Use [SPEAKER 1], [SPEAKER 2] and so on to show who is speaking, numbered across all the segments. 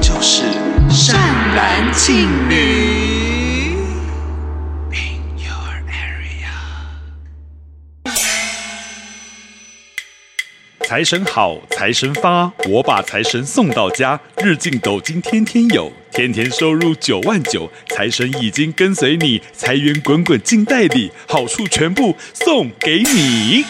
[SPEAKER 1] 就是善男信女。In your area
[SPEAKER 2] 财神好，财神发，我把财神送到家。日进斗金，天天有，天天收入九万九。财神已经跟随你，财源滚滚进袋里，好处全部送给你。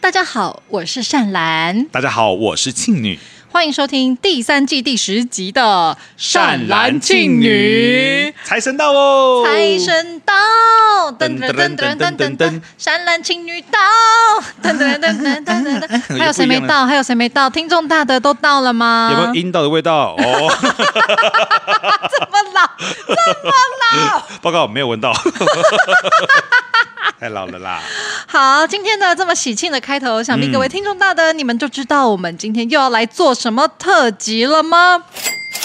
[SPEAKER 3] 大家好，我是善兰。
[SPEAKER 2] 大家好，我是庆女。
[SPEAKER 3] 欢迎收听第三季第十集的《
[SPEAKER 2] 财神到哦！
[SPEAKER 3] 财神到，噔噔噔噔噔噔噔，善男信女到，噔噔噔噔噔噔 噔。还有谁没到？还有谁没到？听众大德都到了吗？
[SPEAKER 2] 有没有 阴道的味道？哦，
[SPEAKER 3] 这么老，这么老。
[SPEAKER 2] 报告没有闻到， 太老了啦！
[SPEAKER 3] 好，今天的这么喜庆的开头，想必各位听众大德，你们就知道我们今天又要来做什么特辑了吗？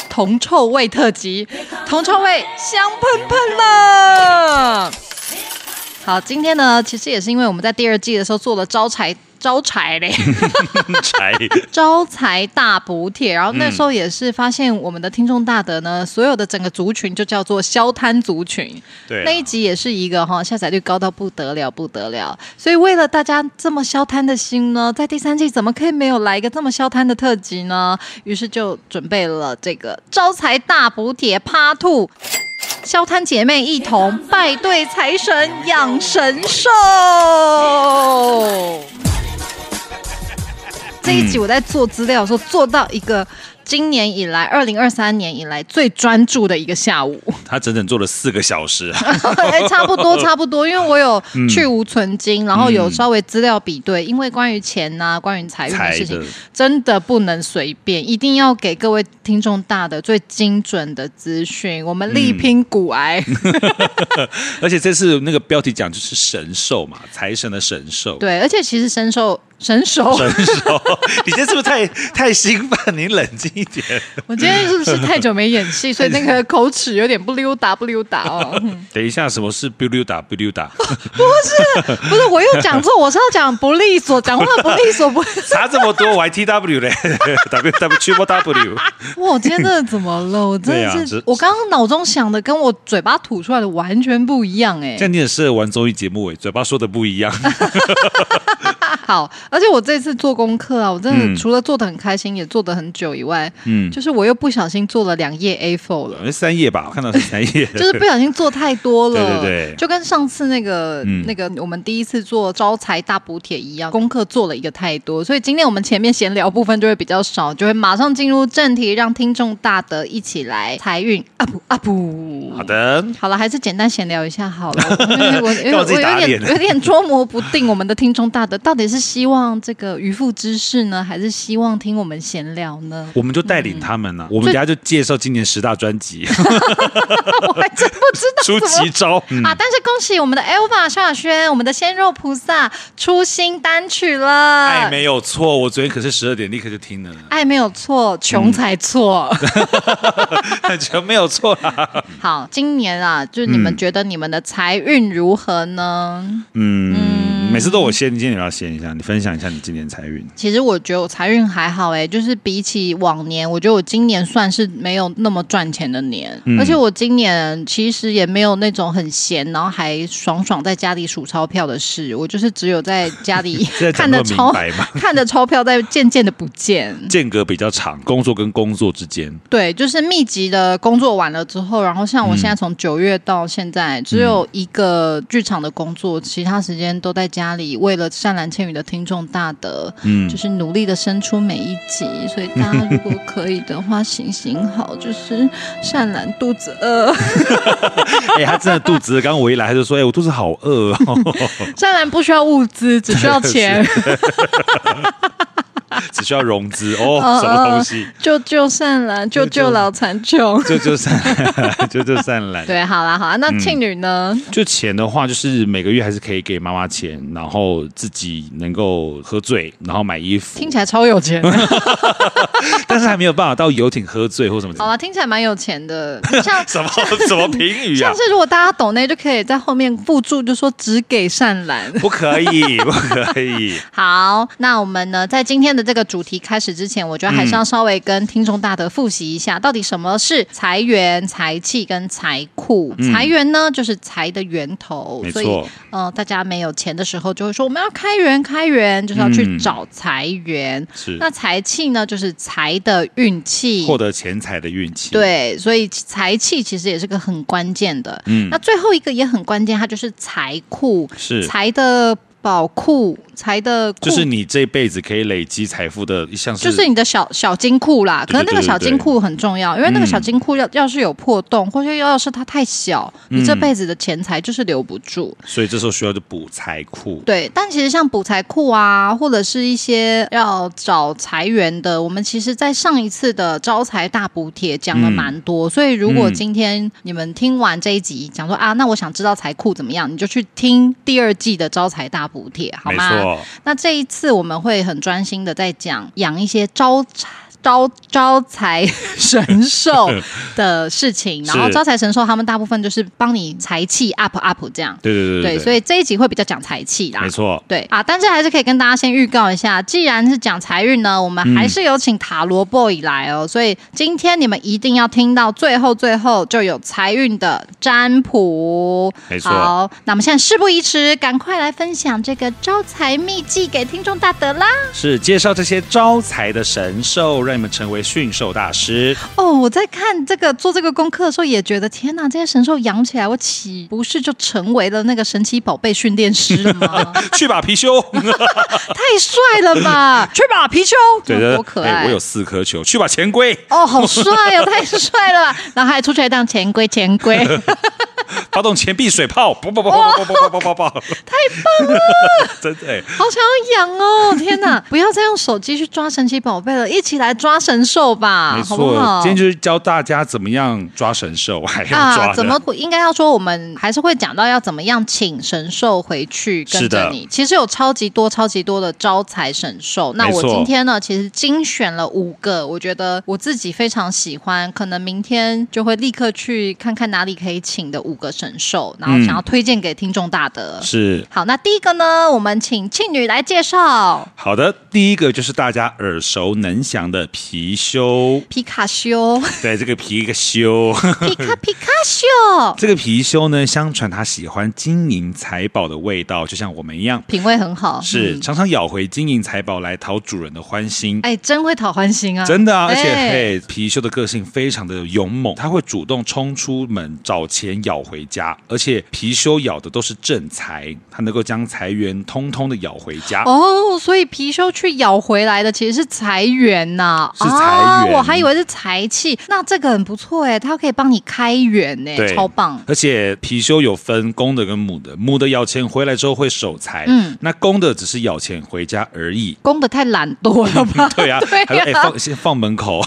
[SPEAKER 3] 铜臭味特辑，铜臭味香喷喷了。好，今天呢，其实也是因为我们在第二季的时候做了招财招财嘞，
[SPEAKER 2] 柴
[SPEAKER 3] 招财大补帖，然后那时候也是发现我们的听众大德呢，所有的整个族群就叫做消摊族群，
[SPEAKER 2] 对啊
[SPEAKER 3] 那一集也是一个哈下载率高到不得了不得了，所以为了大家这么消摊的心呢，在第三季怎么可以没有来一个这么消摊的特辑呢？于是就准备了这个招财大补帖趴兔。消摊姐妹一同拜对财神，养神兽。这一集我在做资料的时候，做到一个今年以来，二零二三年以来最专注的一个下午，
[SPEAKER 2] 他整整做了四个小时，啊
[SPEAKER 3] 哎，差不多差不多，因为我有去无存金，然后有稍微资料比对，因为关于钱呐、关于财运的事
[SPEAKER 2] 财
[SPEAKER 3] 情
[SPEAKER 2] 的，
[SPEAKER 3] 真的不能随便，一定要给各位听众大的最精准的资讯，我们力拼骨 癌。
[SPEAKER 2] 而且这次那个标题讲就是神兽嘛，财神的神兽。
[SPEAKER 3] 对，而且其实神兽神手，
[SPEAKER 2] 神兽， 你这是不是太太兴奋？你冷静一点。
[SPEAKER 3] 我今天是不是太久没演 戏，所以那个口齿有点不溜达不溜达哦？嗯
[SPEAKER 2] 等一下，什么是 b i l u d a b i l u d a
[SPEAKER 3] 不是，我又讲错，我是要讲不利索，讲话不利索不。
[SPEAKER 2] 查这么多，我还 TW 嘞 ，W W Triple W。
[SPEAKER 3] 哇，我今天真的怎么了？我真
[SPEAKER 2] 对啊
[SPEAKER 3] 的是，
[SPEAKER 2] 这
[SPEAKER 3] 我刚刚脑中想的跟我嘴巴吐出来的完全不一样哎、
[SPEAKER 2] 像你也适合玩综艺节目诶，嘴巴说的不一样。
[SPEAKER 3] 好，而且我这次做功课啊，我真
[SPEAKER 2] 嗯
[SPEAKER 3] 的除了做的很开心，也做的很久以外，
[SPEAKER 2] 嗯，
[SPEAKER 3] 就是我又不小心做了两页 A4 了。
[SPEAKER 2] 好像三页吧，我看到是三页。
[SPEAKER 3] 就是不小心做太多
[SPEAKER 2] 对
[SPEAKER 3] 了，
[SPEAKER 2] 对对
[SPEAKER 3] 就跟上次那个、
[SPEAKER 2] 嗯
[SPEAKER 3] 那个我们第一次做招财大补帖一样，功课做了一个太多，所以今天我们前面闲聊部分就会比较少，就会马上进入正题，让听众大德一起来财运 up up。
[SPEAKER 2] 好的，
[SPEAKER 3] 好了，还是简单闲聊一下好了。因为我因
[SPEAKER 2] 干
[SPEAKER 3] 为
[SPEAKER 2] 嘛
[SPEAKER 3] 我
[SPEAKER 2] 自己
[SPEAKER 3] 有
[SPEAKER 2] 打
[SPEAKER 3] 点
[SPEAKER 2] 脸
[SPEAKER 3] 有点捉摸不定，我们的听众大德到底是希望这个渔夫知识呢，还是希望听我们闲聊呢？
[SPEAKER 2] 我们就带领他们呢、嗯我们等下就介绍今年十大专 辑，
[SPEAKER 3] 我还真不知道
[SPEAKER 2] 出
[SPEAKER 3] 怎么
[SPEAKER 2] 奇招。嗯
[SPEAKER 3] 啊！但是恭喜我们的 Elva 萧亚轩，我们的鲜肉菩萨出新单曲了。
[SPEAKER 2] 爱哎没有错，我昨天可是十二点立刻就听了，
[SPEAKER 3] 爱没有错，穷才错。
[SPEAKER 2] 全哎没有错啊啦。
[SPEAKER 3] 好，今年啊，就是你们觉得你们的财运如何呢？
[SPEAKER 2] 嗯，每次都我先，你今天也要先一下，你分享一下你今年财运。
[SPEAKER 3] 其实我觉得我财运还好诶、就是比起往年，我觉得我今年算是没有那么赚钱的年，
[SPEAKER 2] 嗯
[SPEAKER 3] 而且我今年其实也没有那种很闲，然后还爽爽在家里数钞票的事，我就是只有在家里
[SPEAKER 2] 现在讲
[SPEAKER 3] 看
[SPEAKER 2] 那
[SPEAKER 3] 着
[SPEAKER 2] 么明
[SPEAKER 3] 钞
[SPEAKER 2] 白 吗？
[SPEAKER 3] 看着钞票在渐渐的不见。
[SPEAKER 2] 间隔比较长，工作跟工作之间，
[SPEAKER 3] 对，就是密集的工作完了之后，然后像我现在从九月到现在，只有一个剧场的工作，其他时间都在家里，为了善兰千语的听众大德，
[SPEAKER 2] 嗯
[SPEAKER 3] 就，是努力的生出每一集。所以大家如果可以的话， 行行好，就是善兰肚子饿，
[SPEAKER 2] 哎、他真的肚子，刚刚我一来他就说，哎、我肚子好饿哦，
[SPEAKER 3] 善兰不需要物资，只需要钱，
[SPEAKER 2] 只需要融资哦，
[SPEAKER 3] 嗯
[SPEAKER 2] 什么东西？
[SPEAKER 3] 救救善兰，救救老残穷。
[SPEAKER 2] 就就散， 就就散来。
[SPEAKER 3] 对，好啦好啦，那庆女呢？
[SPEAKER 2] 就钱的话，就是每个月还是可以给妈妈钱，然后自己能够喝醉，然后买衣服。
[SPEAKER 3] 听起来超有钱。
[SPEAKER 2] 但是还没有办法到游艇喝醉或什么。
[SPEAKER 3] 好了，啊听起来蛮有钱的，像
[SPEAKER 2] 什么什么评语啊
[SPEAKER 3] 像？是如果大家懂内，就可以在后面附注，就说只给善兰。
[SPEAKER 2] 不可以，不可以。
[SPEAKER 3] 好，那我们呢，在今天的这个主题开始之前，我觉得还是要稍微跟听众大德复习一下，到底什么是财源、财气跟财库。财源呢，就是财的源头
[SPEAKER 2] 嗯没，错
[SPEAKER 3] 所以呃，大家没有钱的时候就会说我们要开源，开源就是要去
[SPEAKER 2] 嗯
[SPEAKER 3] 找财源。
[SPEAKER 2] 是
[SPEAKER 3] 那财气呢，就是财的运气，
[SPEAKER 2] 获得钱财的运气。，
[SPEAKER 3] 对，所以财气其实也是个很关键的。
[SPEAKER 2] 嗯
[SPEAKER 3] 那最后一个也很关键，它就是财库，
[SPEAKER 2] 是
[SPEAKER 3] 财的宝库，财的库
[SPEAKER 2] 就是你这辈子可以累积财富的，像是
[SPEAKER 3] 就是你的小小金库啦。
[SPEAKER 2] 对
[SPEAKER 3] 可是那个
[SPEAKER 2] 对对
[SPEAKER 3] 小金库很重要，因为那个小金库要要是有破洞，或者要是它太小，
[SPEAKER 2] 嗯
[SPEAKER 3] 你这辈子的钱财就是留不住。
[SPEAKER 2] 所以这时候需要就补财库。
[SPEAKER 3] 对，但其实像补财库啊，或者是一些要找财源的，我们其实，在上一次的招财大补帖讲
[SPEAKER 2] 嗯
[SPEAKER 3] 了蛮多，所以如果今天你们听完这一集，讲说啊，那我想知道财库怎么样，你就去听第二季的招财大补帖，好
[SPEAKER 2] 没
[SPEAKER 3] 吗？
[SPEAKER 2] 错，
[SPEAKER 3] 那这一次我们会很专心的在讲养一些招财。招招 财神兽的事情，然后
[SPEAKER 2] 是
[SPEAKER 3] 招财神兽他们大部分就是帮你财气 up up 这样，
[SPEAKER 2] 对对对
[SPEAKER 3] 对，
[SPEAKER 2] 对，
[SPEAKER 3] 所以这一集会比较讲财气啦
[SPEAKER 2] 没。错，
[SPEAKER 3] 对啊，但是还是可以跟大家先预告一下，既然是讲财运呢，我们还是有请塔罗 boy 来哦，所以今天你们一定要听到最后，最后就有财运的占卜。
[SPEAKER 2] 没错
[SPEAKER 3] 好，那我们现在事不宜迟，赶快来分享这个招财秘籍给听众大德啦！
[SPEAKER 2] 是介绍这些招财的神兽，让你们成为驯兽大师。
[SPEAKER 3] 哦，我在看这个做这个功课的时候，也觉得天哪，这些神兽养起来，我岂不是就成为了那个神奇宝贝训练师了 吗？
[SPEAKER 2] 去吧，貔貅。
[SPEAKER 3] 太帅了吧！去吧，貔貅，
[SPEAKER 2] 对
[SPEAKER 3] 哦
[SPEAKER 2] 的，
[SPEAKER 3] 多可爱！
[SPEAKER 2] 哎我有四颗球，去吧，钱龟。
[SPEAKER 3] 哦，好帅哦，太帅了 吧！然后还出去当钱龟，钱龟太
[SPEAKER 2] 发动钱币水炮，啵啵啵啵啵啵啵啵啵啵，
[SPEAKER 3] 棒了，
[SPEAKER 2] 真的哎，
[SPEAKER 3] 好想要养哦！天哪，不要再用手机去抓神奇宝贝了，一起来抓神兽吧
[SPEAKER 2] 没，
[SPEAKER 3] 好不
[SPEAKER 2] 错
[SPEAKER 3] 好，
[SPEAKER 2] 今？天就是教大家怎么样抓神兽，还要抓
[SPEAKER 3] 啊，
[SPEAKER 2] 的
[SPEAKER 3] 怎么应该要说？我们还是会讲到要怎么样请神兽回去跟
[SPEAKER 2] 是
[SPEAKER 3] 着
[SPEAKER 2] 的
[SPEAKER 3] 你。其实有超级多、超级多的招财神兽。那
[SPEAKER 2] 没
[SPEAKER 3] 我
[SPEAKER 2] 错
[SPEAKER 3] 今天呢，其实精选了五个，我觉得我自己非常喜欢，可能明天就会立刻去看看哪里可以请的五个神兽，然后想要推荐给听众大
[SPEAKER 2] 嗯
[SPEAKER 3] 德。
[SPEAKER 2] 是
[SPEAKER 3] 好，那第一个呢，我们请庆女来介绍
[SPEAKER 2] 好的，第一个就是大家耳熟能详的貔貅，
[SPEAKER 3] 皮 卡丘，
[SPEAKER 2] 对这个貔貅，
[SPEAKER 3] 皮卡皮卡丘，
[SPEAKER 2] 这个貔貅呢，相传它喜欢金银财宝的味道，就像我们一样，
[SPEAKER 3] 品味很好，
[SPEAKER 2] 是
[SPEAKER 3] 嗯
[SPEAKER 2] 常常咬回金银财宝来讨主人的欢心。
[SPEAKER 3] 哎、真会讨欢心啊，
[SPEAKER 2] 真的啊，而且
[SPEAKER 3] 哎
[SPEAKER 2] 嘿，貔貅的个性非常的勇猛，它会主动冲出门找钱咬回家，而且貔貅咬的都是正财，它能够将财源通通的咬回家。
[SPEAKER 3] 哦，所以貔貅去咬回来的其实是财源呐、
[SPEAKER 2] 是财
[SPEAKER 3] 啊，
[SPEAKER 2] 源
[SPEAKER 3] 我还以为是财气，那这个很不错哎，它可以帮你开源哎，
[SPEAKER 2] 对，
[SPEAKER 3] 超棒。
[SPEAKER 2] 而且貔貅有分公的跟母的，母的咬钱回来之后会守财，
[SPEAKER 3] 嗯
[SPEAKER 2] 那公的只是咬钱回家而已。？
[SPEAKER 3] 公的太懒惰了吧
[SPEAKER 2] 对啊，
[SPEAKER 3] 对
[SPEAKER 2] 还说哎、
[SPEAKER 3] 啊
[SPEAKER 2] 放先放门口，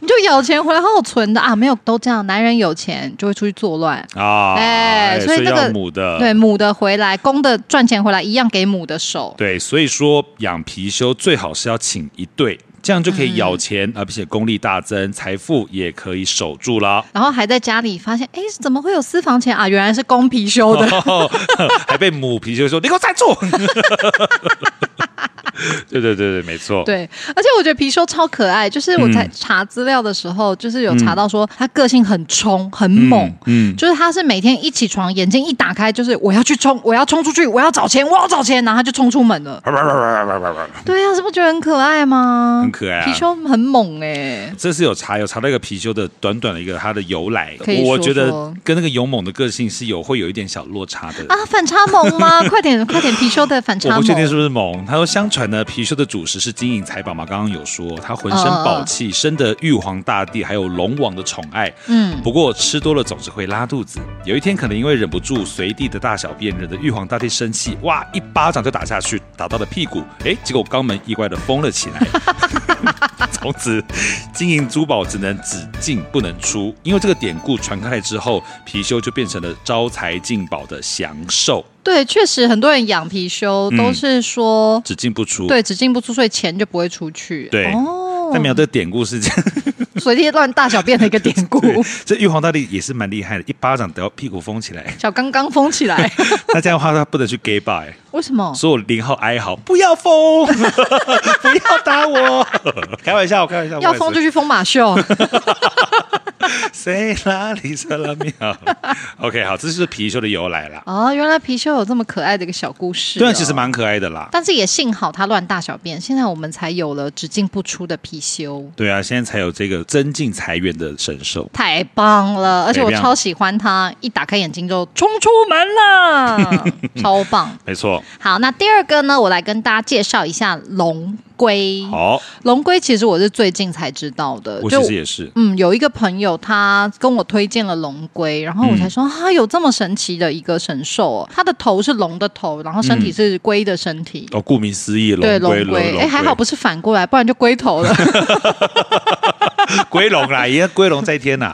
[SPEAKER 3] 你就有钱回来好好存的啊，没有都这样，男人有钱就会出去作乱，
[SPEAKER 2] 啊，
[SPEAKER 3] 哎所以那个
[SPEAKER 2] 要母的
[SPEAKER 3] 对，母的回来，公的赚钱回来一样给母的手。
[SPEAKER 2] 对，所以说养貔貅最好是要请一对，这样就可以咬
[SPEAKER 3] 嗯
[SPEAKER 2] 钱，而且功力大增，财富也可以守住啦。
[SPEAKER 3] 然后还在家里发现，哎，怎么会有私房钱啊？原来是公貔貅的，
[SPEAKER 2] 还被母貔貅说：“你给我站住！” 对对对对，没错。
[SPEAKER 3] 对，而且我觉得貔貅超可爱，就是我
[SPEAKER 2] 嗯
[SPEAKER 3] 在查资料的时候，就是有查到说它个性很冲很猛，
[SPEAKER 2] 嗯
[SPEAKER 3] 就是它是每天一起床眼睛一打开就是我要去冲，我要冲出去，我要找钱，我要找钱，然后它就冲出 门了。对啊，是不是觉得很可爱吗？
[SPEAKER 2] 很可爱啊
[SPEAKER 3] 貔貅很猛哎、
[SPEAKER 2] 这是有查有查到一个貔貅的短短的一个它的由来，
[SPEAKER 3] 可以说
[SPEAKER 2] 我觉得
[SPEAKER 3] 说
[SPEAKER 2] 跟那个勇猛的个性是有会有一点小落差的。
[SPEAKER 3] 啊，反差萌吗？快点快点，貔貅的反
[SPEAKER 2] 我
[SPEAKER 3] 差
[SPEAKER 2] 不
[SPEAKER 3] 萌。
[SPEAKER 2] 确定是不是猛。他说，相传呢，貔貅的主食是金银财宝嘛，刚刚有说他浑身宝气，深得玉皇大帝还有龙王的宠爱。
[SPEAKER 3] 嗯，
[SPEAKER 2] 不过吃多了总是会拉肚子，有一天可能因为忍不住随地的大小便，惹得玉皇大帝生气，哇，一巴掌就打下去，打到了屁股，哎，结果肛门意外的封了起来。从此，金银珠宝只能只进不能出，因为这个典故传开来之后，貔貅就变成了招财进宝的祥兽，
[SPEAKER 3] 对，确实很多人养貔貅都
[SPEAKER 2] 嗯
[SPEAKER 3] 是说、
[SPEAKER 2] 只进不出。
[SPEAKER 3] 对只进不出，所以钱就不会出去。
[SPEAKER 2] 对
[SPEAKER 3] 哦，
[SPEAKER 2] 但没有这个典故是这样。
[SPEAKER 3] 随地乱大小便的一个典故，
[SPEAKER 2] 对，这玉皇大帝也是蛮厉害的，一巴掌得要屁股封起 来。
[SPEAKER 3] 小刚刚封 起来，
[SPEAKER 2] 那这样的话，他不能去 gay bar，欸
[SPEAKER 3] 为什么？
[SPEAKER 2] 所以我零号哀嚎：“不要封， 不要打 我！”开玩啊笑，我开玩笑，
[SPEAKER 3] 要封就
[SPEAKER 2] 去
[SPEAKER 3] 去封马 秀，
[SPEAKER 2] 谁拉里萨拉米奥 OK，好，这就是貔貅的由来啦。
[SPEAKER 3] 哦，原来貔貅有这么可爱的一个小故事、哦
[SPEAKER 2] 对啊，其实。蛮可爱的啦。
[SPEAKER 3] 但是也幸好它乱大小便，现在我们才有了只进不出的貔貅，
[SPEAKER 2] 对啊，现在才有这个增进财源的神兽。
[SPEAKER 3] 太棒了！而且我
[SPEAKER 2] 怎么样
[SPEAKER 3] 超喜欢它，一打开眼睛就冲出门 了，超棒。
[SPEAKER 2] 没错，
[SPEAKER 3] 好，那第二个呢，我来跟大家介绍一下龙龟。
[SPEAKER 2] 好，
[SPEAKER 3] 龙龟其实我是最近才知道的，
[SPEAKER 2] 我其实也是。
[SPEAKER 3] 嗯，有一个朋友他跟我推荐了龙龟，然后我才说、
[SPEAKER 2] 嗯
[SPEAKER 3] 啊，有这么神奇的一个神兽、哦，它的头是龙的头，然后身体是龟的身体。
[SPEAKER 2] 哦，顾名思义，龙
[SPEAKER 3] 对
[SPEAKER 2] 龟，
[SPEAKER 3] 龙
[SPEAKER 2] 龙
[SPEAKER 3] 龟，哎，还好不
[SPEAKER 2] 是
[SPEAKER 3] 是反过来，不然就龟头了。
[SPEAKER 2] 龟龙啦，也 要龟龙在天呐。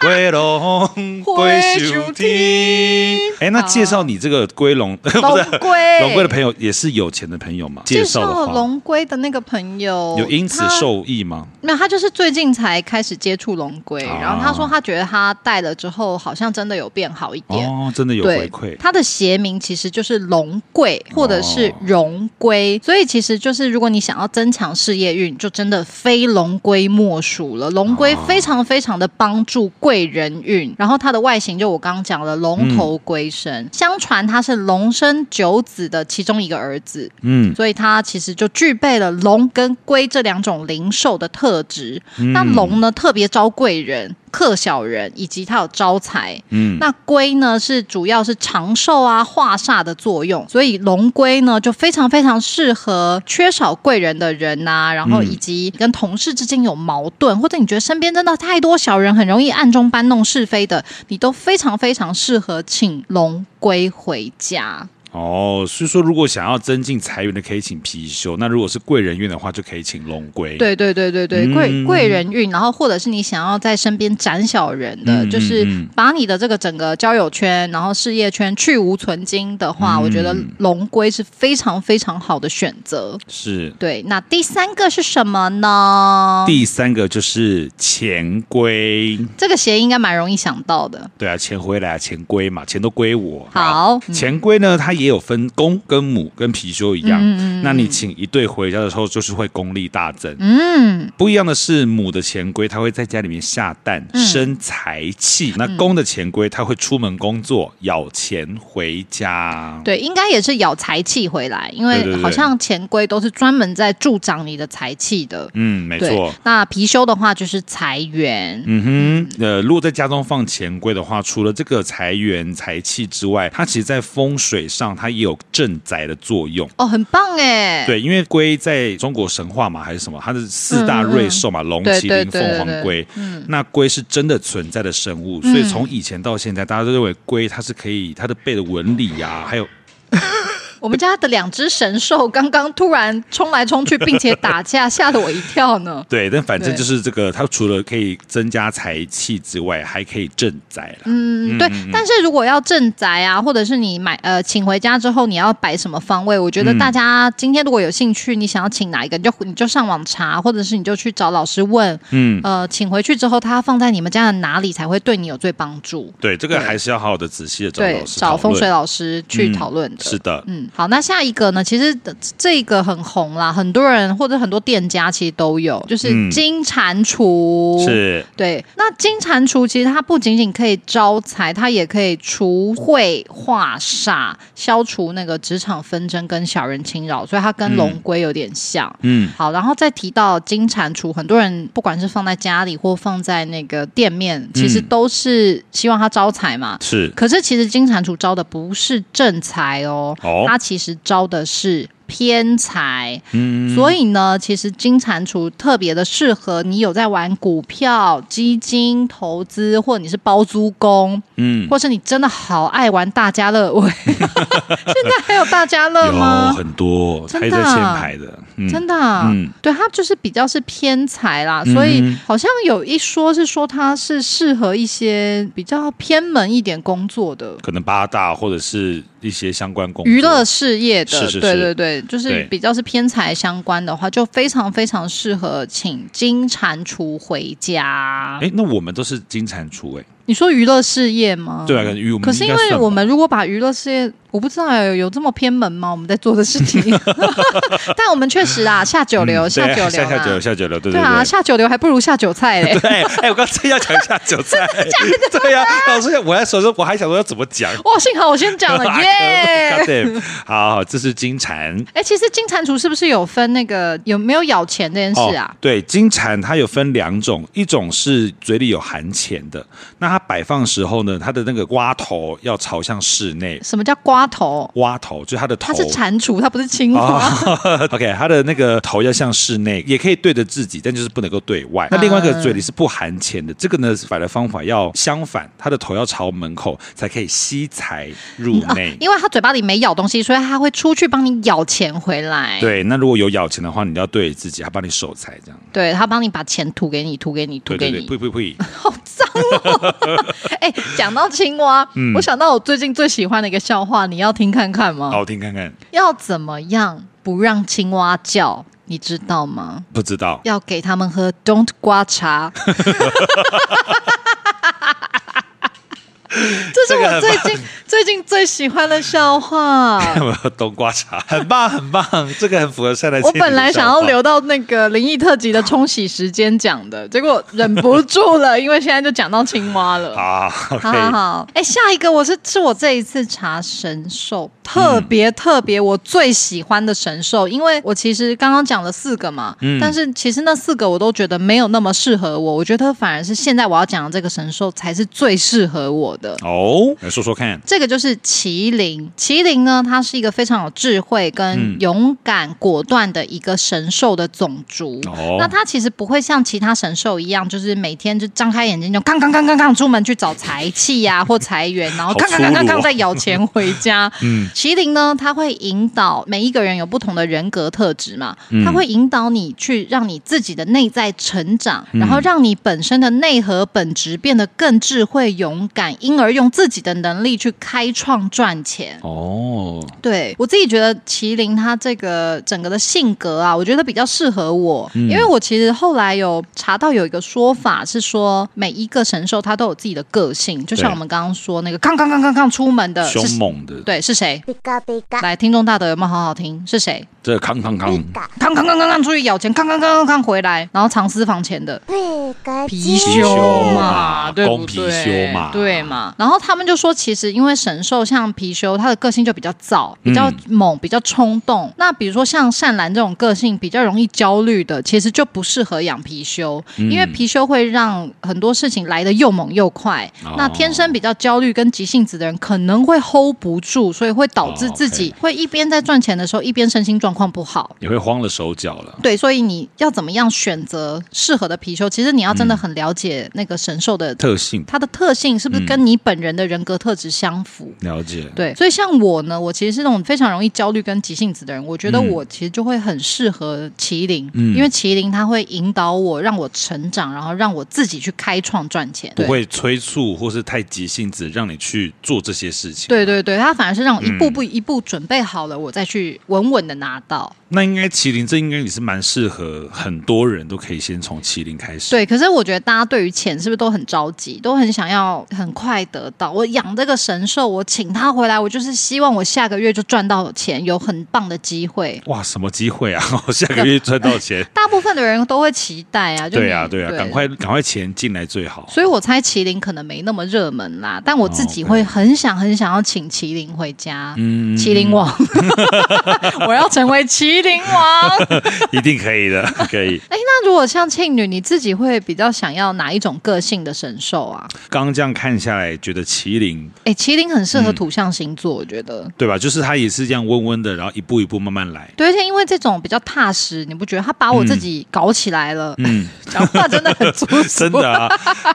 [SPEAKER 2] 龟龙
[SPEAKER 3] 龟
[SPEAKER 2] 龟
[SPEAKER 3] 兄
[SPEAKER 2] 兄弟，哎，那介绍你这个龟龙不是
[SPEAKER 3] 龙龟
[SPEAKER 2] 龙龟的朋友也是有钱的朋友嘛？
[SPEAKER 3] 介
[SPEAKER 2] 介绍的
[SPEAKER 3] 绍
[SPEAKER 2] 话，
[SPEAKER 3] 龙龟的那个朋友，
[SPEAKER 2] 有因此
[SPEAKER 3] 他
[SPEAKER 2] 受益吗？
[SPEAKER 3] 没有，他就是最近才开始接触龙龟，
[SPEAKER 2] 啊
[SPEAKER 3] 然后他说他觉得他戴了之后，好像真的有变好一点。
[SPEAKER 2] 哦，真的有
[SPEAKER 3] 对
[SPEAKER 2] 回馈，哦
[SPEAKER 3] 它的鞋名其实就是龙贵或者是荣龟，所以其实就是如果你想要增强事业运，就真的非龙龟莫属了。龙龟非常非常的帮助贵人运，然后它的外形就我刚刚讲了，龙头龟身。
[SPEAKER 2] 嗯
[SPEAKER 3] 相传它是龙生九子的其中一个儿子，
[SPEAKER 2] 嗯，
[SPEAKER 3] 所以它其实就具备了龙跟龟这两种灵兽的特质。
[SPEAKER 2] 嗯
[SPEAKER 3] 那龙呢，特别招贵人、克小人，以及它有招财。
[SPEAKER 2] 嗯，
[SPEAKER 3] 那龟呢是主要是长寿啊、化煞的作用，所以龙龟呢就非常非常适合缺少贵人的人呐、然后以及跟同事之间有矛盾，或者你觉得身边真的太多小人，很容易暗中搬弄是非的，你都非常非常适合请龙龟回家。
[SPEAKER 2] 哦，所以说如果想要增进财源的，可以请貔貅；那如果是贵人运的话，就可以请龙龟。，
[SPEAKER 3] 对对对对对，贵
[SPEAKER 2] 嗯
[SPEAKER 3] 贵人运，然后或者是你想要在身边斩小人的，
[SPEAKER 2] 嗯
[SPEAKER 3] 就是
[SPEAKER 2] 嗯嗯
[SPEAKER 3] 把你的这个整个交友圈，然后事业圈去无存菁的话，
[SPEAKER 2] 嗯
[SPEAKER 3] 我觉得龙龟是非常非常好的选择。
[SPEAKER 2] 是
[SPEAKER 3] 对，那第三个是什么呢？
[SPEAKER 2] 第三个就是钱龟，
[SPEAKER 3] 这个谐音应该蛮容易想到的。
[SPEAKER 2] 对啊，钱回来啊，钱归嘛，钱都归我。
[SPEAKER 3] 好嗯
[SPEAKER 2] 钱龟呢，它也有分公跟母，跟貔貅一样。
[SPEAKER 3] 嗯
[SPEAKER 2] 那你请一对回家的时候，就是会功力大增。
[SPEAKER 3] 嗯，
[SPEAKER 2] 不一样的是，母的钱龟它会在家里面下蛋
[SPEAKER 3] 嗯
[SPEAKER 2] 生财气，那公的钱龟它会出门工作咬钱回家。
[SPEAKER 3] 对，应该也是咬财气回来，因
[SPEAKER 2] 对
[SPEAKER 3] 为
[SPEAKER 2] 对对
[SPEAKER 3] 好像钱龟都是专门在助长你的财气的。
[SPEAKER 2] 嗯，没
[SPEAKER 3] 对
[SPEAKER 2] 错。，
[SPEAKER 3] 那貔貅的话就是财源。
[SPEAKER 2] 嗯哼，呃，如果在家中放钱龟的话，除了这个财源财气之外，它其实在风水上它也有镇宅的作用。
[SPEAKER 3] 哦，很棒哎！
[SPEAKER 2] 对，因为龟在中国神话嘛，还是什么，它是四大瑞兽嘛，龙、
[SPEAKER 3] 对
[SPEAKER 2] 麒
[SPEAKER 3] 嗯对
[SPEAKER 2] 麟、
[SPEAKER 3] 对
[SPEAKER 2] 凤
[SPEAKER 3] 对嗯
[SPEAKER 2] 凰龟。那龟是真的存在的生物，所以从以前到现在，大家都认为龟它是可以，它的背的纹理呀、还有
[SPEAKER 3] 我们家的两只神兽刚刚突然冲来冲去，并且打架，吓了我一跳 呢。
[SPEAKER 2] 对，但反正
[SPEAKER 3] 对
[SPEAKER 2] 就是这个，它除了可以增加财气之外，还可以镇宅啦。
[SPEAKER 3] 嗯，对。但是如果要镇宅啊，或者是你买呃请回家之后，你要摆什么方位？我觉
[SPEAKER 2] 嗯
[SPEAKER 3] 得大家今天如果有兴趣，你想要请哪一个，你就你就上网查，或者是你就去找老师问。
[SPEAKER 2] 嗯
[SPEAKER 3] 呃，请回去之后，它放在你们家的哪里才会对你有最帮助？
[SPEAKER 2] 对，这个
[SPEAKER 3] 对
[SPEAKER 2] 还是要好好的仔细的找
[SPEAKER 3] 对
[SPEAKER 2] 老，师
[SPEAKER 3] 找
[SPEAKER 2] 讨
[SPEAKER 3] 风
[SPEAKER 2] 论
[SPEAKER 3] 水老师去
[SPEAKER 2] 嗯
[SPEAKER 3] 讨论的。
[SPEAKER 2] 是的，
[SPEAKER 3] 嗯，好，那下一个呢？其实呃这个很红啦，很多人或者很多店家其实都有，就是
[SPEAKER 2] 嗯
[SPEAKER 3] 金蟾蜍。。
[SPEAKER 2] 是
[SPEAKER 3] 对，那金蟾蜍其实它不仅仅可以招财，它也可以除秽化煞，消除那个职场纷争跟小人侵扰，所以它跟龙龟有点像。
[SPEAKER 2] 嗯。
[SPEAKER 3] 好，然后再提到金蟾蜍，很多人不管是放在家里或放在那个店面，其实
[SPEAKER 2] 嗯
[SPEAKER 3] 都是希望它招财嘛。
[SPEAKER 2] 是
[SPEAKER 3] 可是其实金蟾蜍招的不是正财哦，
[SPEAKER 2] 哦
[SPEAKER 3] 它其实招的是偏财。
[SPEAKER 2] 嗯
[SPEAKER 3] 所以呢，其实金蟾蜍特别的适合你有在玩股票、基金投资，或你是包租公，
[SPEAKER 2] 嗯，
[SPEAKER 3] 或是你真的好爱玩大家 乐。我现在还有大家乐
[SPEAKER 2] 有
[SPEAKER 3] 吗？
[SPEAKER 2] 很多
[SPEAKER 3] 真
[SPEAKER 2] 还
[SPEAKER 3] 的
[SPEAKER 2] 在
[SPEAKER 3] 啊
[SPEAKER 2] 前排的，嗯
[SPEAKER 3] 真的、啊，
[SPEAKER 2] 嗯
[SPEAKER 3] 对它就是比较是偏财啦，所以好像有一说是说它是适合一些比较偏门一点工作的，
[SPEAKER 2] 可能八大或者是一些相关工作
[SPEAKER 3] 娱乐事业的，
[SPEAKER 2] 是是是
[SPEAKER 3] 对对对，对，就是
[SPEAKER 2] 对
[SPEAKER 3] 比较是偏财相关的话，就非常非常适合请金蟾蜍回家。
[SPEAKER 2] 哎，那我们都是金蟾蜍哎，
[SPEAKER 3] 你说娱乐事业吗？
[SPEAKER 2] 对啊，感觉我们
[SPEAKER 3] 可是
[SPEAKER 2] 应
[SPEAKER 3] 因
[SPEAKER 2] 该
[SPEAKER 3] 为
[SPEAKER 2] 算
[SPEAKER 3] 我
[SPEAKER 2] 吧
[SPEAKER 3] 们如果把娱乐事业，我不知道有有这么偏门吗？我们在做的事 情，但我们确实啊，下九流，
[SPEAKER 2] 嗯
[SPEAKER 3] 下
[SPEAKER 2] 对
[SPEAKER 3] 九
[SPEAKER 2] 啊
[SPEAKER 3] 流，
[SPEAKER 2] 下下九流，。下九流，对
[SPEAKER 3] 对
[SPEAKER 2] 对
[SPEAKER 3] 啊，下九流还不如下酒菜嘞。
[SPEAKER 2] 对，哎，我刚才要讲下酒 菜，对呀、老师，我在说说，我还想说要怎么讲，
[SPEAKER 3] 哇，幸好我先 讲
[SPEAKER 2] 啊
[SPEAKER 3] 了耶！
[SPEAKER 2] 对，好，好这是金蝉
[SPEAKER 3] 哎，其实金蟾蜍是不是有分那个有没有咬钱这件事啊？
[SPEAKER 2] 哦对，金蝉它有分两种，一种是嘴里有含钱的，那它摆放时候呢，它的那个瓜头要朝向室内，
[SPEAKER 3] 什么叫刮头？
[SPEAKER 2] 瓜头就是它的头，
[SPEAKER 3] 它是蟾蜍，它不是青 蛙。
[SPEAKER 2] 啊 OK，它的那个头要向室内，也可以对着自己，但就是不能够对外。那另外一个嘴里是不含钱的，这个呢摆的方法要相反，它的头要朝门口，才可以吸财入内。
[SPEAKER 3] 啊因为它嘴巴里没咬东西，所以它会出去帮你咬钱回来。
[SPEAKER 2] 对，那如果有咬钱的话，你要对着自己，它帮你守财，这样。
[SPEAKER 3] 对，它帮你把钱吐给你，吐给你，吐
[SPEAKER 2] 对
[SPEAKER 3] 给
[SPEAKER 2] 对
[SPEAKER 3] 你。
[SPEAKER 2] 对，呸呸呸！
[SPEAKER 3] 好脏哦！ 哎、讲到青蛙，
[SPEAKER 2] 嗯
[SPEAKER 3] 我想到我最近最喜欢的一个笑话，你要听看看吗？
[SPEAKER 2] 好听看看，
[SPEAKER 3] 要怎么样不让青蛙叫？你知道吗？
[SPEAKER 2] 不知 道
[SPEAKER 3] 要给他们喝 Don't 瓜茶。 这是我最近最近最喜欢的笑话。
[SPEAKER 2] 有没有 冬瓜茶？很棒很棒，这个很符合善来。
[SPEAKER 3] 我本来想要留到那个灵异特辑的冲洗时间讲的，结果忍不住了，因为现在就讲到青蛙了。
[SPEAKER 2] 啊
[SPEAKER 3] 好好
[SPEAKER 2] ，OK，
[SPEAKER 3] 好，哎、下一个我是是我这一次查神兽，特别特别我最喜欢的神兽，因为我其实刚刚讲了四个嘛，但是其实那四个我都觉得没有那么适合我，我觉得反而是现在我要讲的这个神兽才是最适合我的。
[SPEAKER 2] 哦，来说说看，
[SPEAKER 3] 这个就是麒麟。麒麟呢，它是一个非常有智慧跟勇敢、果断的一个神兽的种族。
[SPEAKER 2] 哦
[SPEAKER 3] 那它其实不会像其他神兽一样，就是每天就张开眼睛就刚刚刚刚刚出门去找财气呀、或财源，然
[SPEAKER 2] 好
[SPEAKER 3] 后刚刚
[SPEAKER 2] 粗
[SPEAKER 3] 刚刚
[SPEAKER 2] 鲁哦
[SPEAKER 3] 刚再咬钱回 家。嗯，麒麟呢，它会引导每一个人有不同的人格特质嘛，
[SPEAKER 2] 嗯
[SPEAKER 3] 它会引导你去让你自己的内在成长，
[SPEAKER 2] 嗯
[SPEAKER 3] 然后让你本身的内核本质变得更智慧、勇敢，因而用自己的能力去开创赚钱。
[SPEAKER 2] 哦，
[SPEAKER 3] 对我自己觉得麒麟它这个整个的性格啊，我觉得比较适合我，
[SPEAKER 2] 嗯
[SPEAKER 3] 因为我其实后来有查到有一个说法是说，每一个神兽它都有自己的个性，就像我们刚刚说那个刚刚刚刚刚出门的呃是
[SPEAKER 2] 凶猛的，
[SPEAKER 3] 对是谁？
[SPEAKER 1] Pika pika
[SPEAKER 3] 来，听众大德有没有好好听？是谁？
[SPEAKER 2] 这康康康，
[SPEAKER 3] 康康康康康出去咬钱，康康康康康回来，然后藏私房钱的。
[SPEAKER 1] pika
[SPEAKER 3] 貔
[SPEAKER 2] 貅
[SPEAKER 3] 嘛
[SPEAKER 2] 嘛，
[SPEAKER 3] 对不
[SPEAKER 2] 公
[SPEAKER 3] 对？
[SPEAKER 2] 貔貅嘛
[SPEAKER 3] 对嘛。然后他们就说，其实因为神兽像貔貅，它的个性就比较躁、
[SPEAKER 2] 嗯
[SPEAKER 3] 比较猛、比较冲动。那比如说像善兰这种个性比较容易焦虑的，其实就不适合养貔貅，
[SPEAKER 2] 嗯
[SPEAKER 3] 因为貔貅会让很多事情来得又猛又快。
[SPEAKER 2] 哦
[SPEAKER 3] 那天生比较焦虑跟急性子的人，可能会 hold 不住，所以会导
[SPEAKER 2] 哦
[SPEAKER 3] 致自己会一边在赚钱的时候，一边身心状况不好。
[SPEAKER 2] 也会慌了手脚了。
[SPEAKER 3] 对，所以你要怎么样选择适合的貔貅？其实你要真的很了解那个神兽的、
[SPEAKER 2] 嗯特嗯性
[SPEAKER 3] 它的特性是不是跟你本人的人格特质相符。
[SPEAKER 2] 了解，
[SPEAKER 3] 对，所以像我呢，我其实是那种非常容易焦虑跟急性子的人，我觉得
[SPEAKER 2] 嗯
[SPEAKER 3] 我其实就会很适合麒麟，因为麒麟它会引导我，让我成长，然后让我自己去开创赚钱。
[SPEAKER 2] 不
[SPEAKER 3] 对
[SPEAKER 2] 会催促或是太急性子让你去做这些事情。，
[SPEAKER 3] 对对对，它反而是让我一
[SPEAKER 2] 嗯
[SPEAKER 3] 步步一步准备好了，我再去稳稳的拿到。
[SPEAKER 2] 那应该麒麟，这应该也是蛮适合很多人都可以先从麒麟开始。，
[SPEAKER 3] 对，可是我觉得大家对于钱是不是都很着急，都很想要很快得到？我养这个神兽，我请他回来，我就是希望我下个月就赚到钱，有很棒的机会。。
[SPEAKER 2] 哇，什么机会啊！ 我下个月赚到钱
[SPEAKER 3] 大部分的人都会期待啊，就
[SPEAKER 2] 对啊，
[SPEAKER 3] 你
[SPEAKER 2] 对啊，赶。快赶快钱进来最好。
[SPEAKER 3] 所以我猜麒麟可能没那么热门啦，但我自己
[SPEAKER 2] 哦
[SPEAKER 3] 会很想很想要请麒麟回家，
[SPEAKER 2] 嗯
[SPEAKER 3] 麒 麟王，我要成为麒麟王。
[SPEAKER 2] 一定可以的， 可以。
[SPEAKER 3] 哎，那如果像庆女，你自己会比较想要哪一种个性的神兽啊？
[SPEAKER 2] 刚刚这样看下来，觉得麒麟
[SPEAKER 3] 哎，麒麟很适
[SPEAKER 2] 嗯
[SPEAKER 3] 合土象星座，我觉得。
[SPEAKER 2] 对吧？就是它也是这样温温的，然后一步一步慢慢来。
[SPEAKER 3] 对，而且因为这种比较踏实，你不觉得他把我自己搞起来了？
[SPEAKER 2] 嗯，
[SPEAKER 3] 讲话真的很粗 俗。
[SPEAKER 2] 真的啊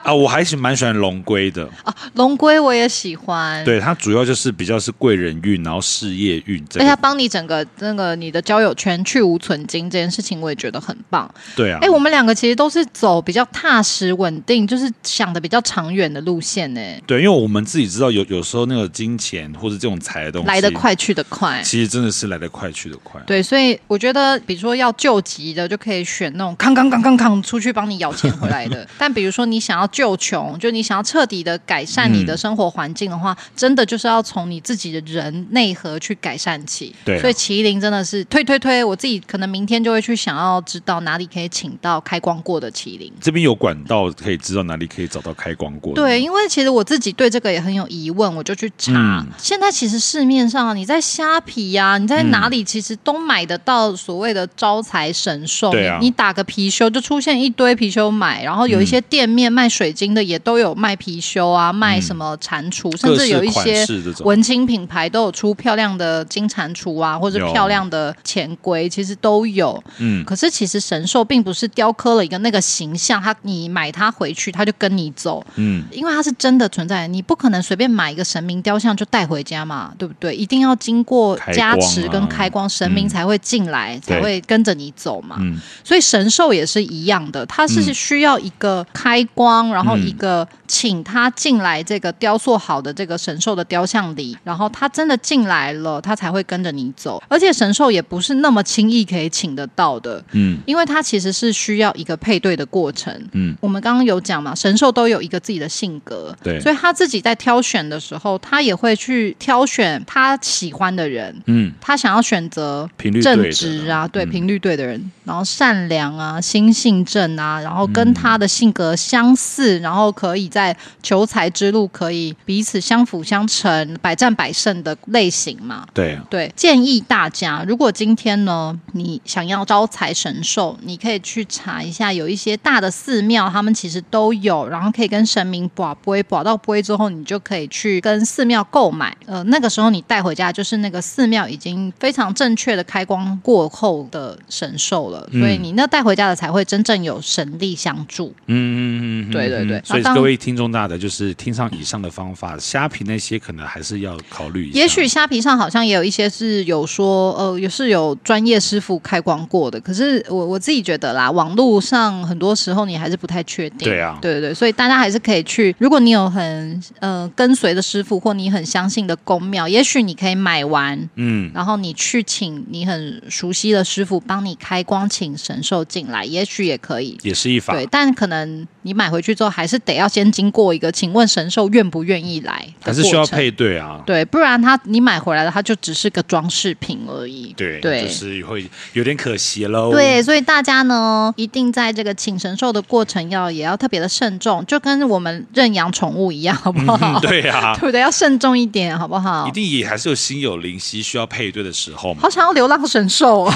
[SPEAKER 2] 啊，我还是蛮喜欢龙龟的。
[SPEAKER 3] 啊， 龙龟我也喜欢。。
[SPEAKER 2] 对，它主要就是比较是贵人运，然后事业运这
[SPEAKER 3] 而且他
[SPEAKER 2] 个。
[SPEAKER 3] 帮你整个那个你的交友有权去无存金这件事情，我也觉得很棒。
[SPEAKER 2] 对啊，
[SPEAKER 3] 哎、我们两个其实都是走比较踏实、稳定，就是想的比较长远的路线呢、
[SPEAKER 2] 对，因为我们自己知道有有时候那个金钱或者这种财的东西
[SPEAKER 3] 来得，快去得快。
[SPEAKER 2] 其实真的是来得快去得快。
[SPEAKER 3] 对，所以我觉得，比如说要救急的，就可以选那种康康康康康出去帮你咬钱回 来的。但比如说你想要救穷，就你想要彻底的改
[SPEAKER 2] 嗯
[SPEAKER 3] 善你的生活环境的话，真的就是要从你自己的人内核去改善起。
[SPEAKER 2] 对啊
[SPEAKER 3] 所以麒麟真的是推推推，我自己可能明天就会去想要知道哪里可以请到开光过的麒麟。
[SPEAKER 2] 这边有管道可以知道哪里可以找到开光过的。
[SPEAKER 3] 对，因为其实我自己对这个也很有疑问，我就去查。
[SPEAKER 2] 嗯
[SPEAKER 3] 现在其实市面上啊你在虾皮呀、你在哪
[SPEAKER 2] 嗯
[SPEAKER 3] 里，其实都买得到所谓的招财神兽。
[SPEAKER 2] 对啊
[SPEAKER 3] 你你打个貔貅，就出现一堆貔貅买，然后有一些店面卖水晶的也都有卖貔貅啊，卖什么蟾蜍，甚
[SPEAKER 2] 各
[SPEAKER 3] 至
[SPEAKER 2] 式
[SPEAKER 3] 有一
[SPEAKER 2] 款
[SPEAKER 3] 些
[SPEAKER 2] 式这种
[SPEAKER 3] 文青品牌都有出漂亮的金蟾蜍啊，或者
[SPEAKER 2] 有
[SPEAKER 3] 漂亮的钱龟，其实都有。
[SPEAKER 2] 嗯，
[SPEAKER 3] 可是其实神兽并不是雕刻了一个那个形象，它你买它回去，它就跟你走，
[SPEAKER 2] 嗯，
[SPEAKER 3] 因为它是真的存在的，你不可能随便买一个神明雕像就带回家嘛，对不对？一定要经过
[SPEAKER 2] 开
[SPEAKER 3] 加
[SPEAKER 2] 光
[SPEAKER 3] 持
[SPEAKER 2] 啊
[SPEAKER 3] 跟开光，神明
[SPEAKER 2] 嗯
[SPEAKER 3] 才会进来，才
[SPEAKER 2] 对
[SPEAKER 3] 会跟着你走嘛。
[SPEAKER 2] 嗯
[SPEAKER 3] 所以神兽也是一样的，它是
[SPEAKER 2] 嗯
[SPEAKER 3] 需要一个开光，然后
[SPEAKER 2] 嗯
[SPEAKER 3] 一个请他进来这个雕塑好的这个神兽的雕像里，然后他真的进来了，他才会跟着你走。而且神兽也不是那么轻易可以请得到的，
[SPEAKER 2] 嗯
[SPEAKER 3] 因为它其实是需要一个配对的过程。
[SPEAKER 2] 嗯，
[SPEAKER 3] 我们刚刚有讲嘛，神兽都有一个自己的性格，
[SPEAKER 2] 对
[SPEAKER 3] 所以他自己在挑选的时候，他也会去挑选他喜欢的人，
[SPEAKER 2] 嗯，
[SPEAKER 3] 他想要选择
[SPEAKER 2] 频率对的
[SPEAKER 3] 正
[SPEAKER 2] 啦
[SPEAKER 3] 直啊，对
[SPEAKER 2] 嗯
[SPEAKER 3] 频率对的人，然后善良啊，心性正啊，然后跟他的性格相似，然后可以在求财之路可以彼此相辅相成，百战百胜的类型嘛。
[SPEAKER 2] 对啊，
[SPEAKER 3] 对，建议大家，如果今天呢，你想要招财神兽，你可以去查一下，有一些大的寺庙，他们其实都有，然后可以跟神明卜龟，卜到龟之后，你就可以去跟寺庙购买。呃，那个时候你带回家，就是那个寺庙已经非常正确的开光过后的神兽了，所以
[SPEAKER 2] 嗯
[SPEAKER 3] 你那带回家的才会真正有神力相助。
[SPEAKER 2] 嗯嗯嗯嗯，
[SPEAKER 3] 对对对
[SPEAKER 2] 嗯所以
[SPEAKER 3] 那当
[SPEAKER 2] 各位听众大的，就是听上以上的方法，虾皮那些可能还是要考虑一下。
[SPEAKER 3] 也许虾皮上好像也有一些是有说，呃，也是有专业师傅开光过的。可是我我自己觉得啦，网络上很多时候你还是不太确定。
[SPEAKER 2] 对啊
[SPEAKER 3] 对对对，所以大家还是可以去，如果你有很呃跟随的师傅，或你很相信的宫庙，也许你可以买完。
[SPEAKER 2] 嗯，
[SPEAKER 3] 然后你去请你很熟悉的师傅帮你开光，请神兽进来，也许也可以。
[SPEAKER 2] 也是一法
[SPEAKER 3] 对，，但可能你买回去之后，还是得要先经过一个，请问神兽愿不愿意来的
[SPEAKER 2] 还是需要
[SPEAKER 3] 过程
[SPEAKER 2] 配对啊。
[SPEAKER 3] 对，不然它你买回来的它就只是个装饰品而已。
[SPEAKER 2] 对
[SPEAKER 3] 对。
[SPEAKER 2] 就是会有点可惜喽。
[SPEAKER 3] 对，所以大家呢，一定在这个请神兽的过程要也要特别的慎重，就跟我们认养宠物一样，好不
[SPEAKER 2] 嗯，
[SPEAKER 3] 好？
[SPEAKER 2] 对啊
[SPEAKER 3] 对，不对？要慎重一点，好不好
[SPEAKER 2] 一？定也还是有心有灵犀需要配对的时候嘛
[SPEAKER 3] 好，想要流浪神 兽、哦，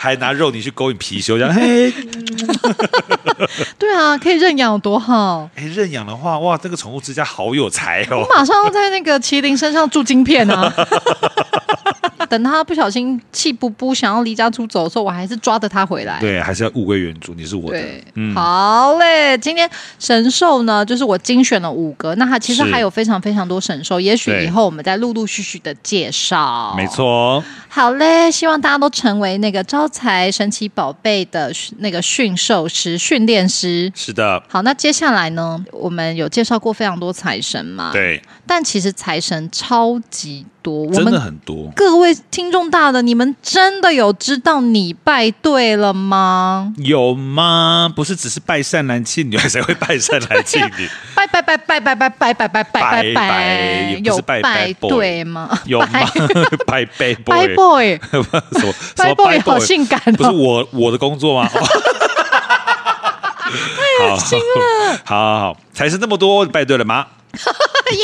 [SPEAKER 2] 还拿肉泥去勾引貔貅，这样嘿，
[SPEAKER 3] 对啊，可以认养有多好！
[SPEAKER 2] 哎，认养的话，哇，这个宠物之家好有才哦
[SPEAKER 3] 我。马上要在那个麒麟身上注晶片 啊！等他不小心气不不想要离家出走的时候，我还是抓着他回来。
[SPEAKER 2] 对，还是要物归原主，你是我的嗯
[SPEAKER 3] 对，，好嘞，今天神兽呢，就是我精选了五个，那它其实
[SPEAKER 2] 是
[SPEAKER 3] 还有非常非常多神兽，也许
[SPEAKER 2] 对
[SPEAKER 3] 以后我们再陆陆续续的介绍。
[SPEAKER 2] 没，错哦。
[SPEAKER 3] 好嘞，希望大家都成为那个招财神奇宝贝的训那个驯兽师、训练师。
[SPEAKER 2] 是的，
[SPEAKER 3] 好，那接下来呢，我们有介绍过非常多财神嘛，，
[SPEAKER 2] 对，
[SPEAKER 3] 但其实财神超级多，我
[SPEAKER 2] 真
[SPEAKER 3] 们
[SPEAKER 2] 的很多。
[SPEAKER 3] 各位听众大的，你们真的有知道你拜对了吗？
[SPEAKER 2] 有吗？不是只是拜善男信女，谁会拜善男信女？
[SPEAKER 3] 拜拜拜拜拜拜拜拜拜拜
[SPEAKER 2] 拜拜也不
[SPEAKER 3] 有
[SPEAKER 2] 是拜
[SPEAKER 3] 拜
[SPEAKER 2] 拜 boy
[SPEAKER 3] 对吗？
[SPEAKER 2] 有 吗？拜拜
[SPEAKER 3] 拜
[SPEAKER 2] boy，
[SPEAKER 3] boy，
[SPEAKER 2] 什么什
[SPEAKER 3] 拜
[SPEAKER 2] 么
[SPEAKER 3] boy
[SPEAKER 2] 拜
[SPEAKER 3] 好性感
[SPEAKER 2] 不是
[SPEAKER 3] 哦！
[SPEAKER 2] 我我的工作吗？太恶心了！好好好，财神那么多，拜对了吗？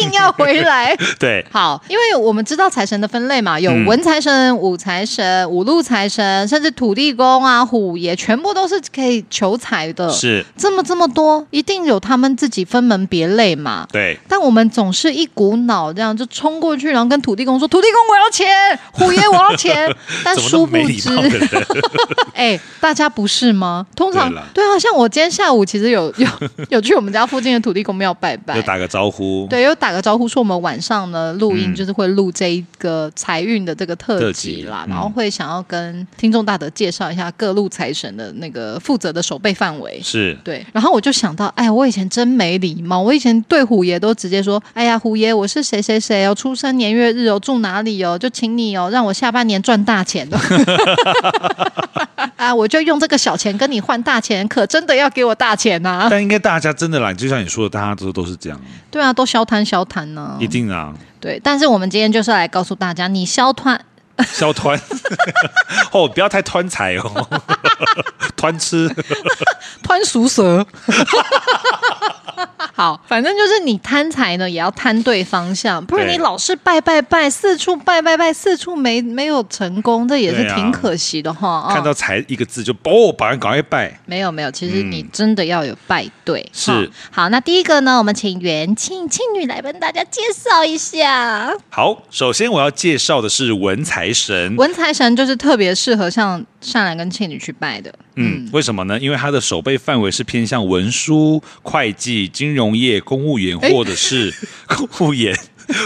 [SPEAKER 3] 硬要回 来。
[SPEAKER 2] 对，
[SPEAKER 3] 好，因为我们知道财神的分类嘛，有
[SPEAKER 2] 嗯
[SPEAKER 3] 文财神、武财神、五路财神，甚至土地公啊、虎爷，全部都是可以求财的。
[SPEAKER 2] 是，
[SPEAKER 3] 这么这么多，一定有他们自己分门别类嘛。
[SPEAKER 2] 对，
[SPEAKER 3] 但我们总是一股脑这样就冲过去，然后跟土地公说：“土地公，我要钱！虎爷，我 要钱！”但
[SPEAKER 2] 怎么那
[SPEAKER 3] 殊
[SPEAKER 2] 么
[SPEAKER 3] 不
[SPEAKER 2] 没礼
[SPEAKER 3] 知，
[SPEAKER 2] 貌的人？
[SPEAKER 3] 哎、大家不是吗？通常
[SPEAKER 2] 对啦
[SPEAKER 3] 对啊，像我今天下午其实有有有去我们家附近的土地公庙拜拜
[SPEAKER 2] 就，打个招呼，
[SPEAKER 3] 对，有打个招呼，说我们晚上呢录音
[SPEAKER 2] 嗯
[SPEAKER 3] 就是会录这一个财运的这个特辑啦
[SPEAKER 2] 特，辑嗯
[SPEAKER 3] 然后会想要跟听众大德介绍一下各路财神的那个负责的守备范围。
[SPEAKER 2] 是
[SPEAKER 3] 对，然后我就想到，哎，我以前真没礼貌，我以前对虎爷都直接说，哎呀，虎爷，我是谁谁谁哦，出生年月日哦，住哪里哦，就请你哦，让我下半年赚大钱哦。啊，我就用这个小钱跟你换大钱，可真的要给我大钱呐、啊！
[SPEAKER 2] 但应该大家真的啦，就像你说的，大家都都是这样，
[SPEAKER 3] 对啊，都消摊消摊呢、
[SPEAKER 2] 一定啊，
[SPEAKER 3] 对，但是我们今天就是来告诉大家，你消摊
[SPEAKER 2] 小团哦，不要太团财哦，团吃
[SPEAKER 3] 贪 熟蛇。 好，反正就是你贪财呢，也要贪对方向，不然
[SPEAKER 2] 对
[SPEAKER 3] 你老是拜拜拜，四处拜拜拜，四处没没有成功，这也
[SPEAKER 2] 对
[SPEAKER 3] 是
[SPEAKER 2] 啊
[SPEAKER 3] 挺可惜的哈。啊
[SPEAKER 2] 看到财一个字就哦，把人赶快拜，
[SPEAKER 3] 没有没有，其实你真的要有拜对。
[SPEAKER 2] 是
[SPEAKER 3] 哈好，那第一个呢，我们请元庆庆女来帮大家介绍一下。
[SPEAKER 2] 好，首先我要介绍的是文财神。
[SPEAKER 3] 文财神就是特别适合像善良跟庆女去拜的，
[SPEAKER 2] 嗯，为什么呢？因为他的守备范围是偏向文书、会计、金融业、公务员，或者 是公务员，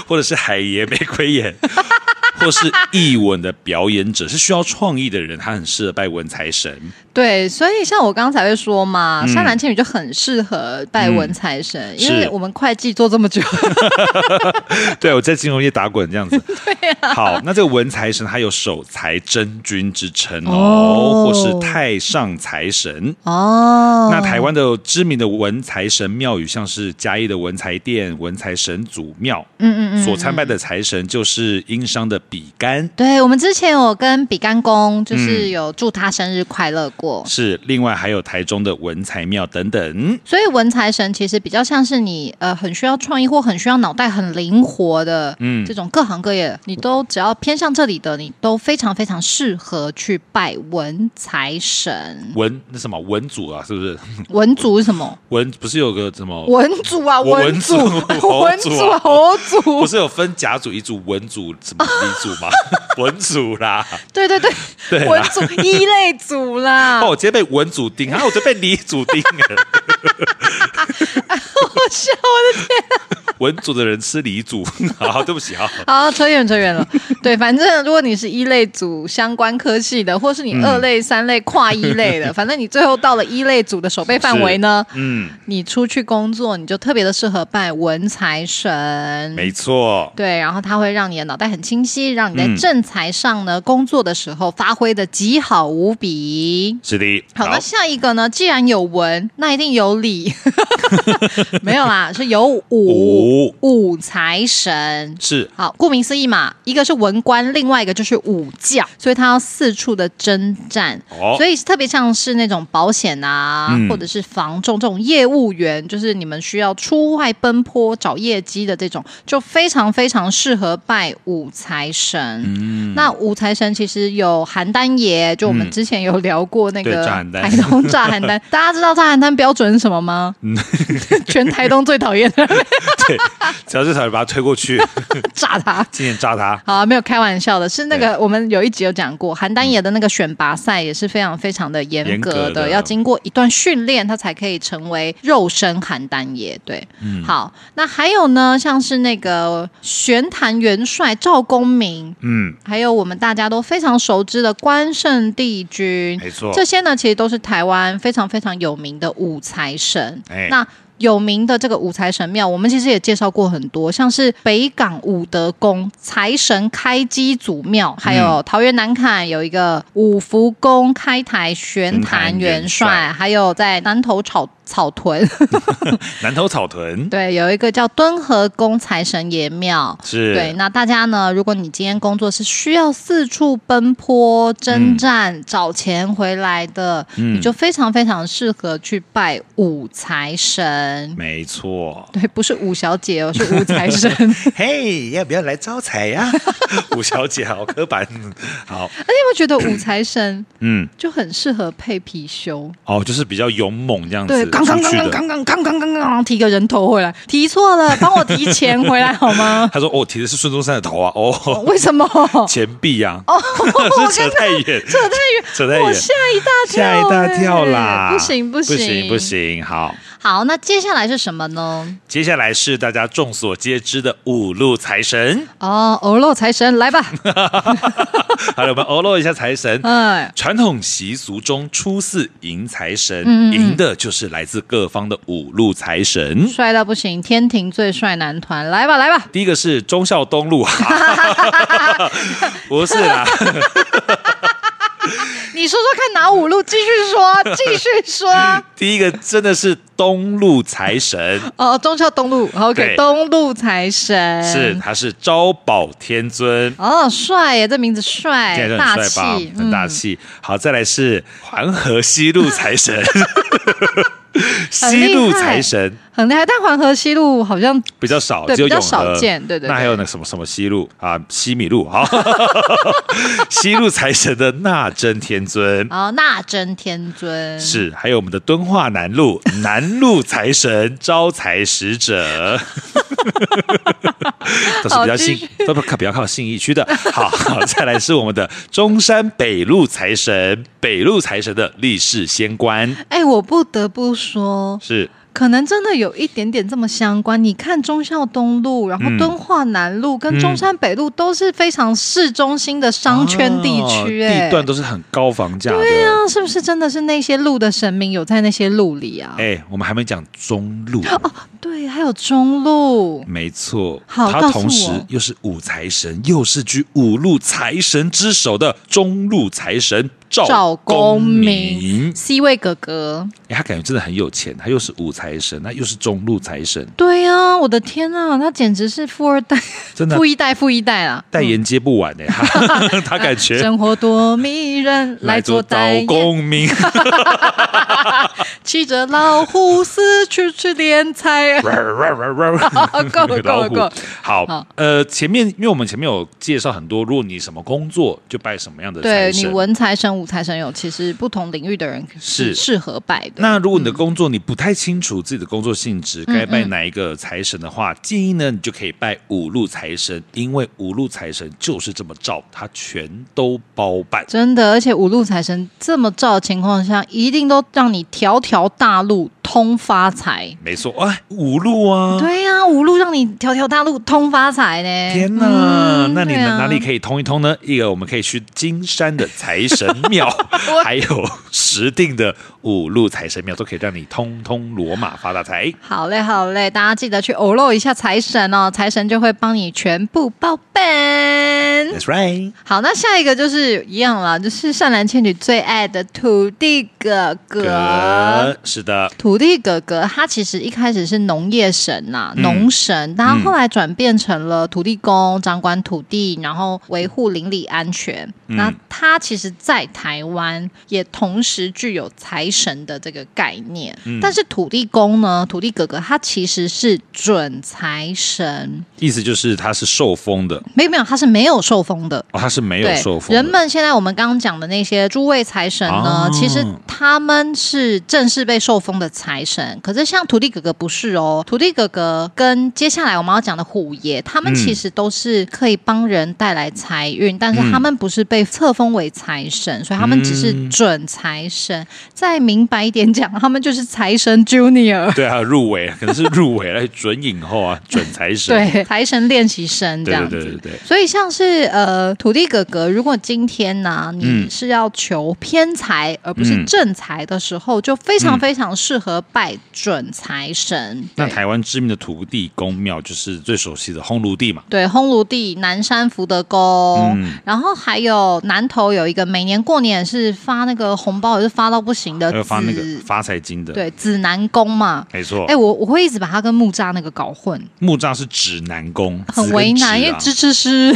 [SPEAKER 2] 或者是海爷、玫瑰眼， 或是艺文的表演者，是需要创意的人，他很适合拜文财神。
[SPEAKER 3] 对，所以像我刚才会说嘛，
[SPEAKER 2] 嗯
[SPEAKER 3] 善男信女就很适合拜文财神，因为
[SPEAKER 2] 是
[SPEAKER 3] 我们会计做这么 久，
[SPEAKER 2] 对，我在金融业打滚这样子。 对啊。好，那这个文财神他有守财真君之称
[SPEAKER 3] 哦
[SPEAKER 2] 哦，或是太上财神。
[SPEAKER 3] 哦
[SPEAKER 2] 那台湾的知名的文财神庙宇，像是嘉义的文财殿、文财神祖庙，嗯嗯嗯，所参拜的财神就是殷商的比干，
[SPEAKER 3] 对我们之前有跟比干公，
[SPEAKER 2] 嗯
[SPEAKER 3] 就是有祝他生日快乐过。
[SPEAKER 2] 是另外还有台中的文财庙等嗯等。
[SPEAKER 3] 所以文财神其实比较像是你呃很需要创意或很需要脑袋很灵活的，嗯，这种各行各业你都只要偏向这里的，你都非常非常适合去拜文财神。
[SPEAKER 2] 文那什么文祖啊，是不是
[SPEAKER 3] 文族是什么？
[SPEAKER 2] 文不是有个什么？
[SPEAKER 3] 文族啊，
[SPEAKER 2] 哦我
[SPEAKER 3] 文族，
[SPEAKER 2] 文 族猴
[SPEAKER 3] 文
[SPEAKER 2] 族
[SPEAKER 3] 族
[SPEAKER 2] 啊，
[SPEAKER 3] 猴族
[SPEAKER 2] 不是有分甲组、乙组、文组什么乙组 吗？文组啦，
[SPEAKER 3] 对对对，
[SPEAKER 2] 对啦啊
[SPEAKER 3] 文组一类组 啦。
[SPEAKER 2] 哦，我直接被文组盯，啊，我直接被李组盯了。
[SPEAKER 3] 我笑我的天！
[SPEAKER 2] 文组的人吃李组， 好，对不起啊。
[SPEAKER 3] 好，扯远扯远了。对，反正如果你是一类组相关科系的，或是你二类、三类跨一 类的，反正你最后到了一类组的守备范围呢，
[SPEAKER 2] 嗯，
[SPEAKER 3] 你出去工作你就特别的适合拜文财神。
[SPEAKER 2] 没错，
[SPEAKER 3] 对，然后它会让你的脑袋很清晰，让你在
[SPEAKER 2] 嗯
[SPEAKER 3] 正财上呢、工作的时候发挥的极好无比。
[SPEAKER 2] 是的。
[SPEAKER 3] 好，那下一个呢？既然有文，那一定有理。 没有啦，是有武
[SPEAKER 2] 五
[SPEAKER 3] 武财神。
[SPEAKER 2] 是
[SPEAKER 3] 好，顾名思义嘛，一个是文官，另外一个就是武将，所以他要四处的征战，
[SPEAKER 2] 哦
[SPEAKER 3] 所以特别像是那种保险啊，
[SPEAKER 2] 嗯
[SPEAKER 3] 或者是房仲这种业务员，就是你们需要出外奔波找业绩的这种，就非常非常适合拜武财神。那武财神其实有邯郸爷，就我们
[SPEAKER 2] 嗯
[SPEAKER 3] 之前有聊过那
[SPEAKER 2] 对
[SPEAKER 3] 个
[SPEAKER 2] 炸邯郸
[SPEAKER 3] 台东炸邯郸， 大家知道炸邯郸标准是什么吗？
[SPEAKER 2] 嗯
[SPEAKER 3] 全台东最讨厌的人
[SPEAKER 2] 对，只要是小人把他推过去，
[SPEAKER 3] 炸他。
[SPEAKER 2] 今年炸他。
[SPEAKER 3] 好、啊，没有开玩笑的，是那个我们有一集有讲过，邯郸爷的那个选拔赛也是非常非常的严格的，
[SPEAKER 2] 严格的
[SPEAKER 3] 要经过一段训练，他才可以成为肉身邯郸爷。对，
[SPEAKER 2] 嗯
[SPEAKER 3] 好，那还有呢，像是那个玄坛元帅赵公明，
[SPEAKER 2] 嗯，
[SPEAKER 3] 还有我们大家都非常熟知的关圣帝君，
[SPEAKER 2] 没错
[SPEAKER 3] 这些呢其实都是台湾非常非常有名的五财神。
[SPEAKER 2] 哎
[SPEAKER 3] 那有名的这个五财神庙，我们其实也介绍过很多，像是北港武德宫财神开基祖庙，还
[SPEAKER 2] 嗯
[SPEAKER 3] 有桃园南坎有一个五福宫开台玄坛
[SPEAKER 2] 玄坛
[SPEAKER 3] 元
[SPEAKER 2] 元
[SPEAKER 3] 帅，还有在南头草草屯，
[SPEAKER 2] 南头草屯
[SPEAKER 3] 对，有一个叫敦和宫财神爷庙，
[SPEAKER 2] 是
[SPEAKER 3] 对，那大家呢？如果你今天工作是需要四处奔波、征战、找钱回来的，你就非常非常适合去拜五财神。
[SPEAKER 2] 没错。
[SPEAKER 3] 对，不是五小姐哦，是五财 神。
[SPEAKER 2] 嘿，要不要来招财
[SPEAKER 3] 啊
[SPEAKER 2] 呀、五小姐好刻板。好，
[SPEAKER 3] 而且我觉得五财神
[SPEAKER 2] 嗯，
[SPEAKER 3] 就很适合配貔貅，
[SPEAKER 2] 哦，就是比较勇猛这样子
[SPEAKER 3] 对，刚刚
[SPEAKER 2] 出
[SPEAKER 3] 刚
[SPEAKER 2] 去
[SPEAKER 3] 刚
[SPEAKER 2] 的。
[SPEAKER 3] 刚刚刚刚刚刚提个人头回来，提错了，帮我提钱回来好 吗？
[SPEAKER 2] 他说：“哦，提的是孙中山的头啊，哦，
[SPEAKER 3] 为 什么？
[SPEAKER 2] 钱币呀、 啊，
[SPEAKER 3] 哦，我
[SPEAKER 2] 这扯太远，
[SPEAKER 3] 扯太远，
[SPEAKER 2] 扯太
[SPEAKER 3] 我
[SPEAKER 2] 远，
[SPEAKER 3] 哎吓一大跳、
[SPEAKER 2] 吓一大跳
[SPEAKER 3] 哎
[SPEAKER 2] 啦！
[SPEAKER 3] 不行不行
[SPEAKER 2] 不行不行，好，
[SPEAKER 3] 好，那接下来是什么呢？
[SPEAKER 2] 接下来是大家众所皆知的五路财 神。
[SPEAKER 3] 哦，偶漏财神 来吧，
[SPEAKER 2] 好了，我们欧露一下财神。
[SPEAKER 3] 哎，
[SPEAKER 2] 传统习俗中，初四迎财神，
[SPEAKER 3] 嗯嗯嗯
[SPEAKER 2] 迎的就是来自各方的五路财神。
[SPEAKER 3] 帅到不行，天庭最帅男团来吧来吧，
[SPEAKER 2] 第一个是忠孝东路， 不是啦，
[SPEAKER 3] 你说说看哪五路？继续 说，继续说。
[SPEAKER 2] 第一个真的是东路财神，
[SPEAKER 3] 哦，忠孝东路，OK，
[SPEAKER 2] 对
[SPEAKER 3] 东路财神
[SPEAKER 2] 是他是昭保天尊。
[SPEAKER 3] 哦，帅耶，这名字帅
[SPEAKER 2] 现，在就
[SPEAKER 3] 哎大
[SPEAKER 2] 很帅吧
[SPEAKER 3] 气，，嗯
[SPEAKER 2] 很大气。好，再来是环河西路财 神，西路财神
[SPEAKER 3] 嗯，很厉害。但黄河西路好像
[SPEAKER 2] 比较少，
[SPEAKER 3] 对
[SPEAKER 2] 只有永和
[SPEAKER 3] 比较少见对对对
[SPEAKER 2] 那还有那什么什么西路啊，西米路，好， 西路财神的纳真天尊。
[SPEAKER 3] 哦，纳真天尊，
[SPEAKER 2] 是，还有我们的敦化南路 南路财神招财使 者，都是比较
[SPEAKER 3] 好继
[SPEAKER 2] 信，都不比较靠信义区的。好，好， 再来是我们的中山北路财神，北路财神的立世仙官
[SPEAKER 3] 哎，我不得不说，
[SPEAKER 2] 是
[SPEAKER 3] 可能真的有一点点这么相关。你看忠孝东路，然后
[SPEAKER 2] 嗯
[SPEAKER 3] 敦化南路跟
[SPEAKER 2] 嗯
[SPEAKER 3] 中山北路都是非常市中心的商圈地区，
[SPEAKER 2] 哦
[SPEAKER 3] 哎，
[SPEAKER 2] 地段都是很高房价的。
[SPEAKER 3] 对啊，是不是真的是那些路的神明有在那些路里啊？
[SPEAKER 2] 哎、我们还没讲中路，
[SPEAKER 3] 对，还有中路，
[SPEAKER 2] 没错，
[SPEAKER 3] 好告
[SPEAKER 2] 他
[SPEAKER 3] 诉
[SPEAKER 2] 同时
[SPEAKER 3] 我
[SPEAKER 2] 又是五财神，又是居五路财神之首的中路财神
[SPEAKER 3] 赵
[SPEAKER 2] 赵
[SPEAKER 3] 公
[SPEAKER 2] 公
[SPEAKER 3] 明
[SPEAKER 2] 明。
[SPEAKER 3] ，C 位哥哥。
[SPEAKER 2] 哎，他感觉真的很有钱，他又是五财神，那又是中路财神，
[SPEAKER 3] 对啊，我的天啊，他简直是富二代，
[SPEAKER 2] 真的
[SPEAKER 3] 富一代，富一代啊！
[SPEAKER 2] 代言接不 完哎、他他感觉。
[SPEAKER 3] 生活多迷 人，来做
[SPEAKER 2] 赵
[SPEAKER 3] 代言，
[SPEAKER 2] 公明，
[SPEAKER 3] 骑着老虎四处去敛财。 够了够
[SPEAKER 2] 老
[SPEAKER 3] 了
[SPEAKER 2] 虎
[SPEAKER 3] 够了
[SPEAKER 2] 好
[SPEAKER 3] 好，
[SPEAKER 2] 呃，前面因为我们前面有介绍很多，如果你什么工作就拜什么样的
[SPEAKER 3] 对
[SPEAKER 2] 财
[SPEAKER 3] 你
[SPEAKER 2] 神。
[SPEAKER 3] 文财神、武财神有，其实不同领域的人
[SPEAKER 2] 是
[SPEAKER 3] 适合拜的。
[SPEAKER 2] 那如果你的工作你不太清楚自己的工作性质，
[SPEAKER 3] 嗯
[SPEAKER 2] 该拜哪一个财神的话，建议呢你就可以拜五路财神，因为五路财神就是这么照，他全都包办。
[SPEAKER 3] 真的，而且五路财神这么照的情况下，一定都让你条条大路通发财。
[SPEAKER 2] 没错，哎，五路啊，
[SPEAKER 3] 对呀、五路让你条条大路通发财呢！
[SPEAKER 2] 天呐，
[SPEAKER 3] 嗯
[SPEAKER 2] 那你
[SPEAKER 3] 对
[SPEAKER 2] 们
[SPEAKER 3] 啊
[SPEAKER 2] 哪里可以通一通呢？一个我们可以去金山的财神庙
[SPEAKER 3] 我，
[SPEAKER 2] 还有石定的五路财神庙，都可以让你通通罗马发大财。
[SPEAKER 3] 好嘞，好嘞，大家记得去偶漏一下财神哦，财神就会帮你全部报本。
[SPEAKER 2] That's right，
[SPEAKER 3] 好，那下一个就是一样了，就是善男信女最爱的土地哥哥。
[SPEAKER 2] 哥，是的，
[SPEAKER 3] 土地哥哥，他其实一开始是农业神呐、
[SPEAKER 2] 嗯
[SPEAKER 3] 农神，但他
[SPEAKER 2] 嗯
[SPEAKER 3] 后来转变成了土地公，掌管土地，然后维护邻里安全。
[SPEAKER 2] 嗯
[SPEAKER 3] 那他其实，在台湾也同时具有财神的这个概念，
[SPEAKER 2] 嗯
[SPEAKER 3] 但是土地公呢，土地哥哥他其实是准财神，
[SPEAKER 2] 意思就是他是受封的，
[SPEAKER 3] 没有没有，他是没有受封的，
[SPEAKER 2] 哦，他是没有
[SPEAKER 3] 对，
[SPEAKER 2] 受封的。
[SPEAKER 3] 人们现在我们刚刚讲的那些诸位财神呢，
[SPEAKER 2] 哦
[SPEAKER 3] 其实他们是正式被受封的财神，可是像土地哥哥不是哦，土地哥哥跟接下来我们要讲的虎爷，他们
[SPEAKER 2] 嗯
[SPEAKER 3] 其实都是可以帮人带来财运，但是他们不是被册封为财神，所以他们只是
[SPEAKER 2] 嗯
[SPEAKER 3] 准财神。再明白一点讲，他们就是财神 Junior。
[SPEAKER 2] 对啊，入围可能是入围来准影后啊，准财神。
[SPEAKER 3] 对，财神练习生这
[SPEAKER 2] 对
[SPEAKER 3] 样
[SPEAKER 2] 对
[SPEAKER 3] 子，
[SPEAKER 2] 对对对，
[SPEAKER 3] 所以像是呃土地哥哥，如果今天呢、你
[SPEAKER 2] 嗯
[SPEAKER 3] 是要求偏财而不是
[SPEAKER 2] 嗯
[SPEAKER 3] 正财的时候，就非常
[SPEAKER 2] 嗯
[SPEAKER 3] 非常适合拜准财神。
[SPEAKER 2] 那
[SPEAKER 3] 对
[SPEAKER 2] 台湾知名的土地公庙就是最熟悉的烘炉地嘛，
[SPEAKER 3] 对，烘炉地、南山福德宫，
[SPEAKER 2] 嗯
[SPEAKER 3] 然后还有南投有一个，每年过年是发那个红包，也是发到不行的
[SPEAKER 2] 还
[SPEAKER 3] 紫，
[SPEAKER 2] 有发那个发财金的，哦
[SPEAKER 3] 对紫南宫嘛。
[SPEAKER 2] 没错。
[SPEAKER 3] 哎，我我会一直把它跟木栅那个搞混，
[SPEAKER 2] 木栅是指南宫，
[SPEAKER 3] 很
[SPEAKER 2] 指跟
[SPEAKER 3] 为难，
[SPEAKER 2] 指
[SPEAKER 3] 因为
[SPEAKER 2] 啊
[SPEAKER 3] 支 支师，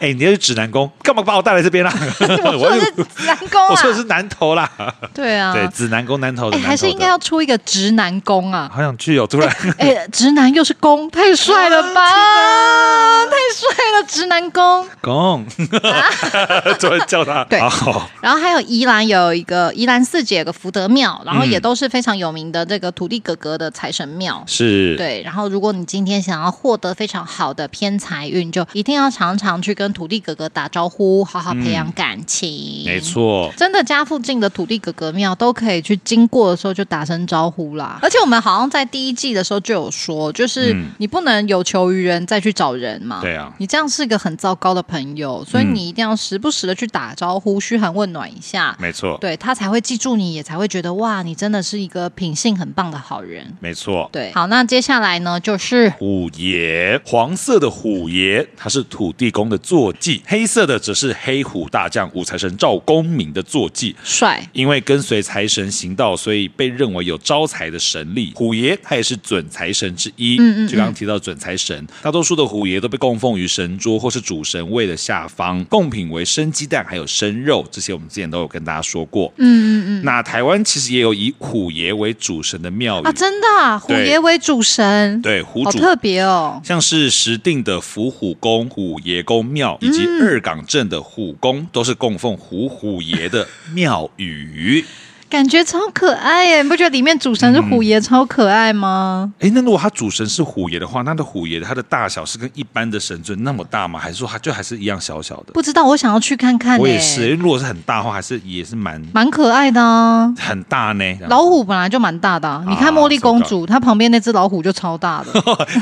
[SPEAKER 2] 哎、你要去指南宫，干嘛把我带来这边啦、啊
[SPEAKER 3] 我说的是紫南宫啊，
[SPEAKER 2] 我说的是南投啦，
[SPEAKER 3] 对啊，
[SPEAKER 2] 对，指南宫南投的南
[SPEAKER 3] 哎、
[SPEAKER 2] 投的，
[SPEAKER 3] 还是应该要出一个直男攻啊！
[SPEAKER 2] 好想去哦，突然、
[SPEAKER 3] 哎、直男又是攻，太帅了 吧！太帅了，直男攻。
[SPEAKER 2] 公， 突然叫他，
[SPEAKER 3] 啊
[SPEAKER 2] 哦
[SPEAKER 3] 对
[SPEAKER 2] 好
[SPEAKER 3] 然后还有宜兰有一个宜兰四姐有个福德庙，然后
[SPEAKER 2] 嗯
[SPEAKER 3] 也都是非常有名的这个土地哥哥的财神庙。
[SPEAKER 2] 是，
[SPEAKER 3] 对，然后如果你今天想要获得非常好的偏财运，就一定要常常去跟土地哥哥打招呼，好好培
[SPEAKER 2] 嗯
[SPEAKER 3] 养感情。
[SPEAKER 2] 没。错，
[SPEAKER 3] 真的，家附近的土地哥哥庙都可以去经过的时候就打声招呼啦。而且我们好像在第一季的时候就有说，就是
[SPEAKER 2] 嗯
[SPEAKER 3] 你不能有求于人再去找人嘛。
[SPEAKER 2] 对啊
[SPEAKER 3] 你这样是一个很糟糕的朋友，所以
[SPEAKER 2] 嗯
[SPEAKER 3] 你一定要时不时的去打招呼，嘘寒问暖一下。
[SPEAKER 2] 没错，
[SPEAKER 3] 对他才会记住你，也才会觉得哇，你真的是一个品性很棒的好人。
[SPEAKER 2] 没错。
[SPEAKER 3] 对，好，那接下来呢，就是
[SPEAKER 2] 虎爷，黄色的虎爷，他是土地公的坐骑；黑色的则是黑虎大将五财神赵公明的坐骑。
[SPEAKER 3] 帅，
[SPEAKER 2] 因为跟随财神行道，所以被认为有招财的神力。虎爷他也是准财神之一，
[SPEAKER 3] 嗯嗯
[SPEAKER 2] 就刚刚提到准财神，大多数的虎爷都被供奉于神桌或是主神位的下方，贡品为生鸡蛋还有生肉，这些我们之前都有跟大家说过。
[SPEAKER 3] 嗯嗯嗯，
[SPEAKER 2] 那台湾其实也有以虎爷为主神的庙宇，
[SPEAKER 3] 啊，真的、啊，虎
[SPEAKER 2] 对
[SPEAKER 3] 爷为主神，
[SPEAKER 2] 对虎
[SPEAKER 3] 好
[SPEAKER 2] 主
[SPEAKER 3] 特别哦。
[SPEAKER 2] 像是石碇的伏虎宫、虎爷公庙，
[SPEAKER 3] 嗯
[SPEAKER 2] 以及二港镇的虎宫，都是供奉虎虎爷的庙 宇。
[SPEAKER 3] 感觉超可爱耶！你不觉得里面主神是虎爷超可爱吗？
[SPEAKER 2] 哎，那如果他主神是虎爷的话，那的虎爷它的大小是跟一般的神尊那么大吗？还是说它就还是一样小小的？
[SPEAKER 3] 不知道，我想要去看看。
[SPEAKER 2] 我也是，因为，如果是很大的话，还是也是蛮
[SPEAKER 3] 蛮可爱的啊。
[SPEAKER 2] 很大呢。这样
[SPEAKER 3] 老虎本来就蛮大的啊、你看茉莉公主，她旁边那只老虎就超大 的。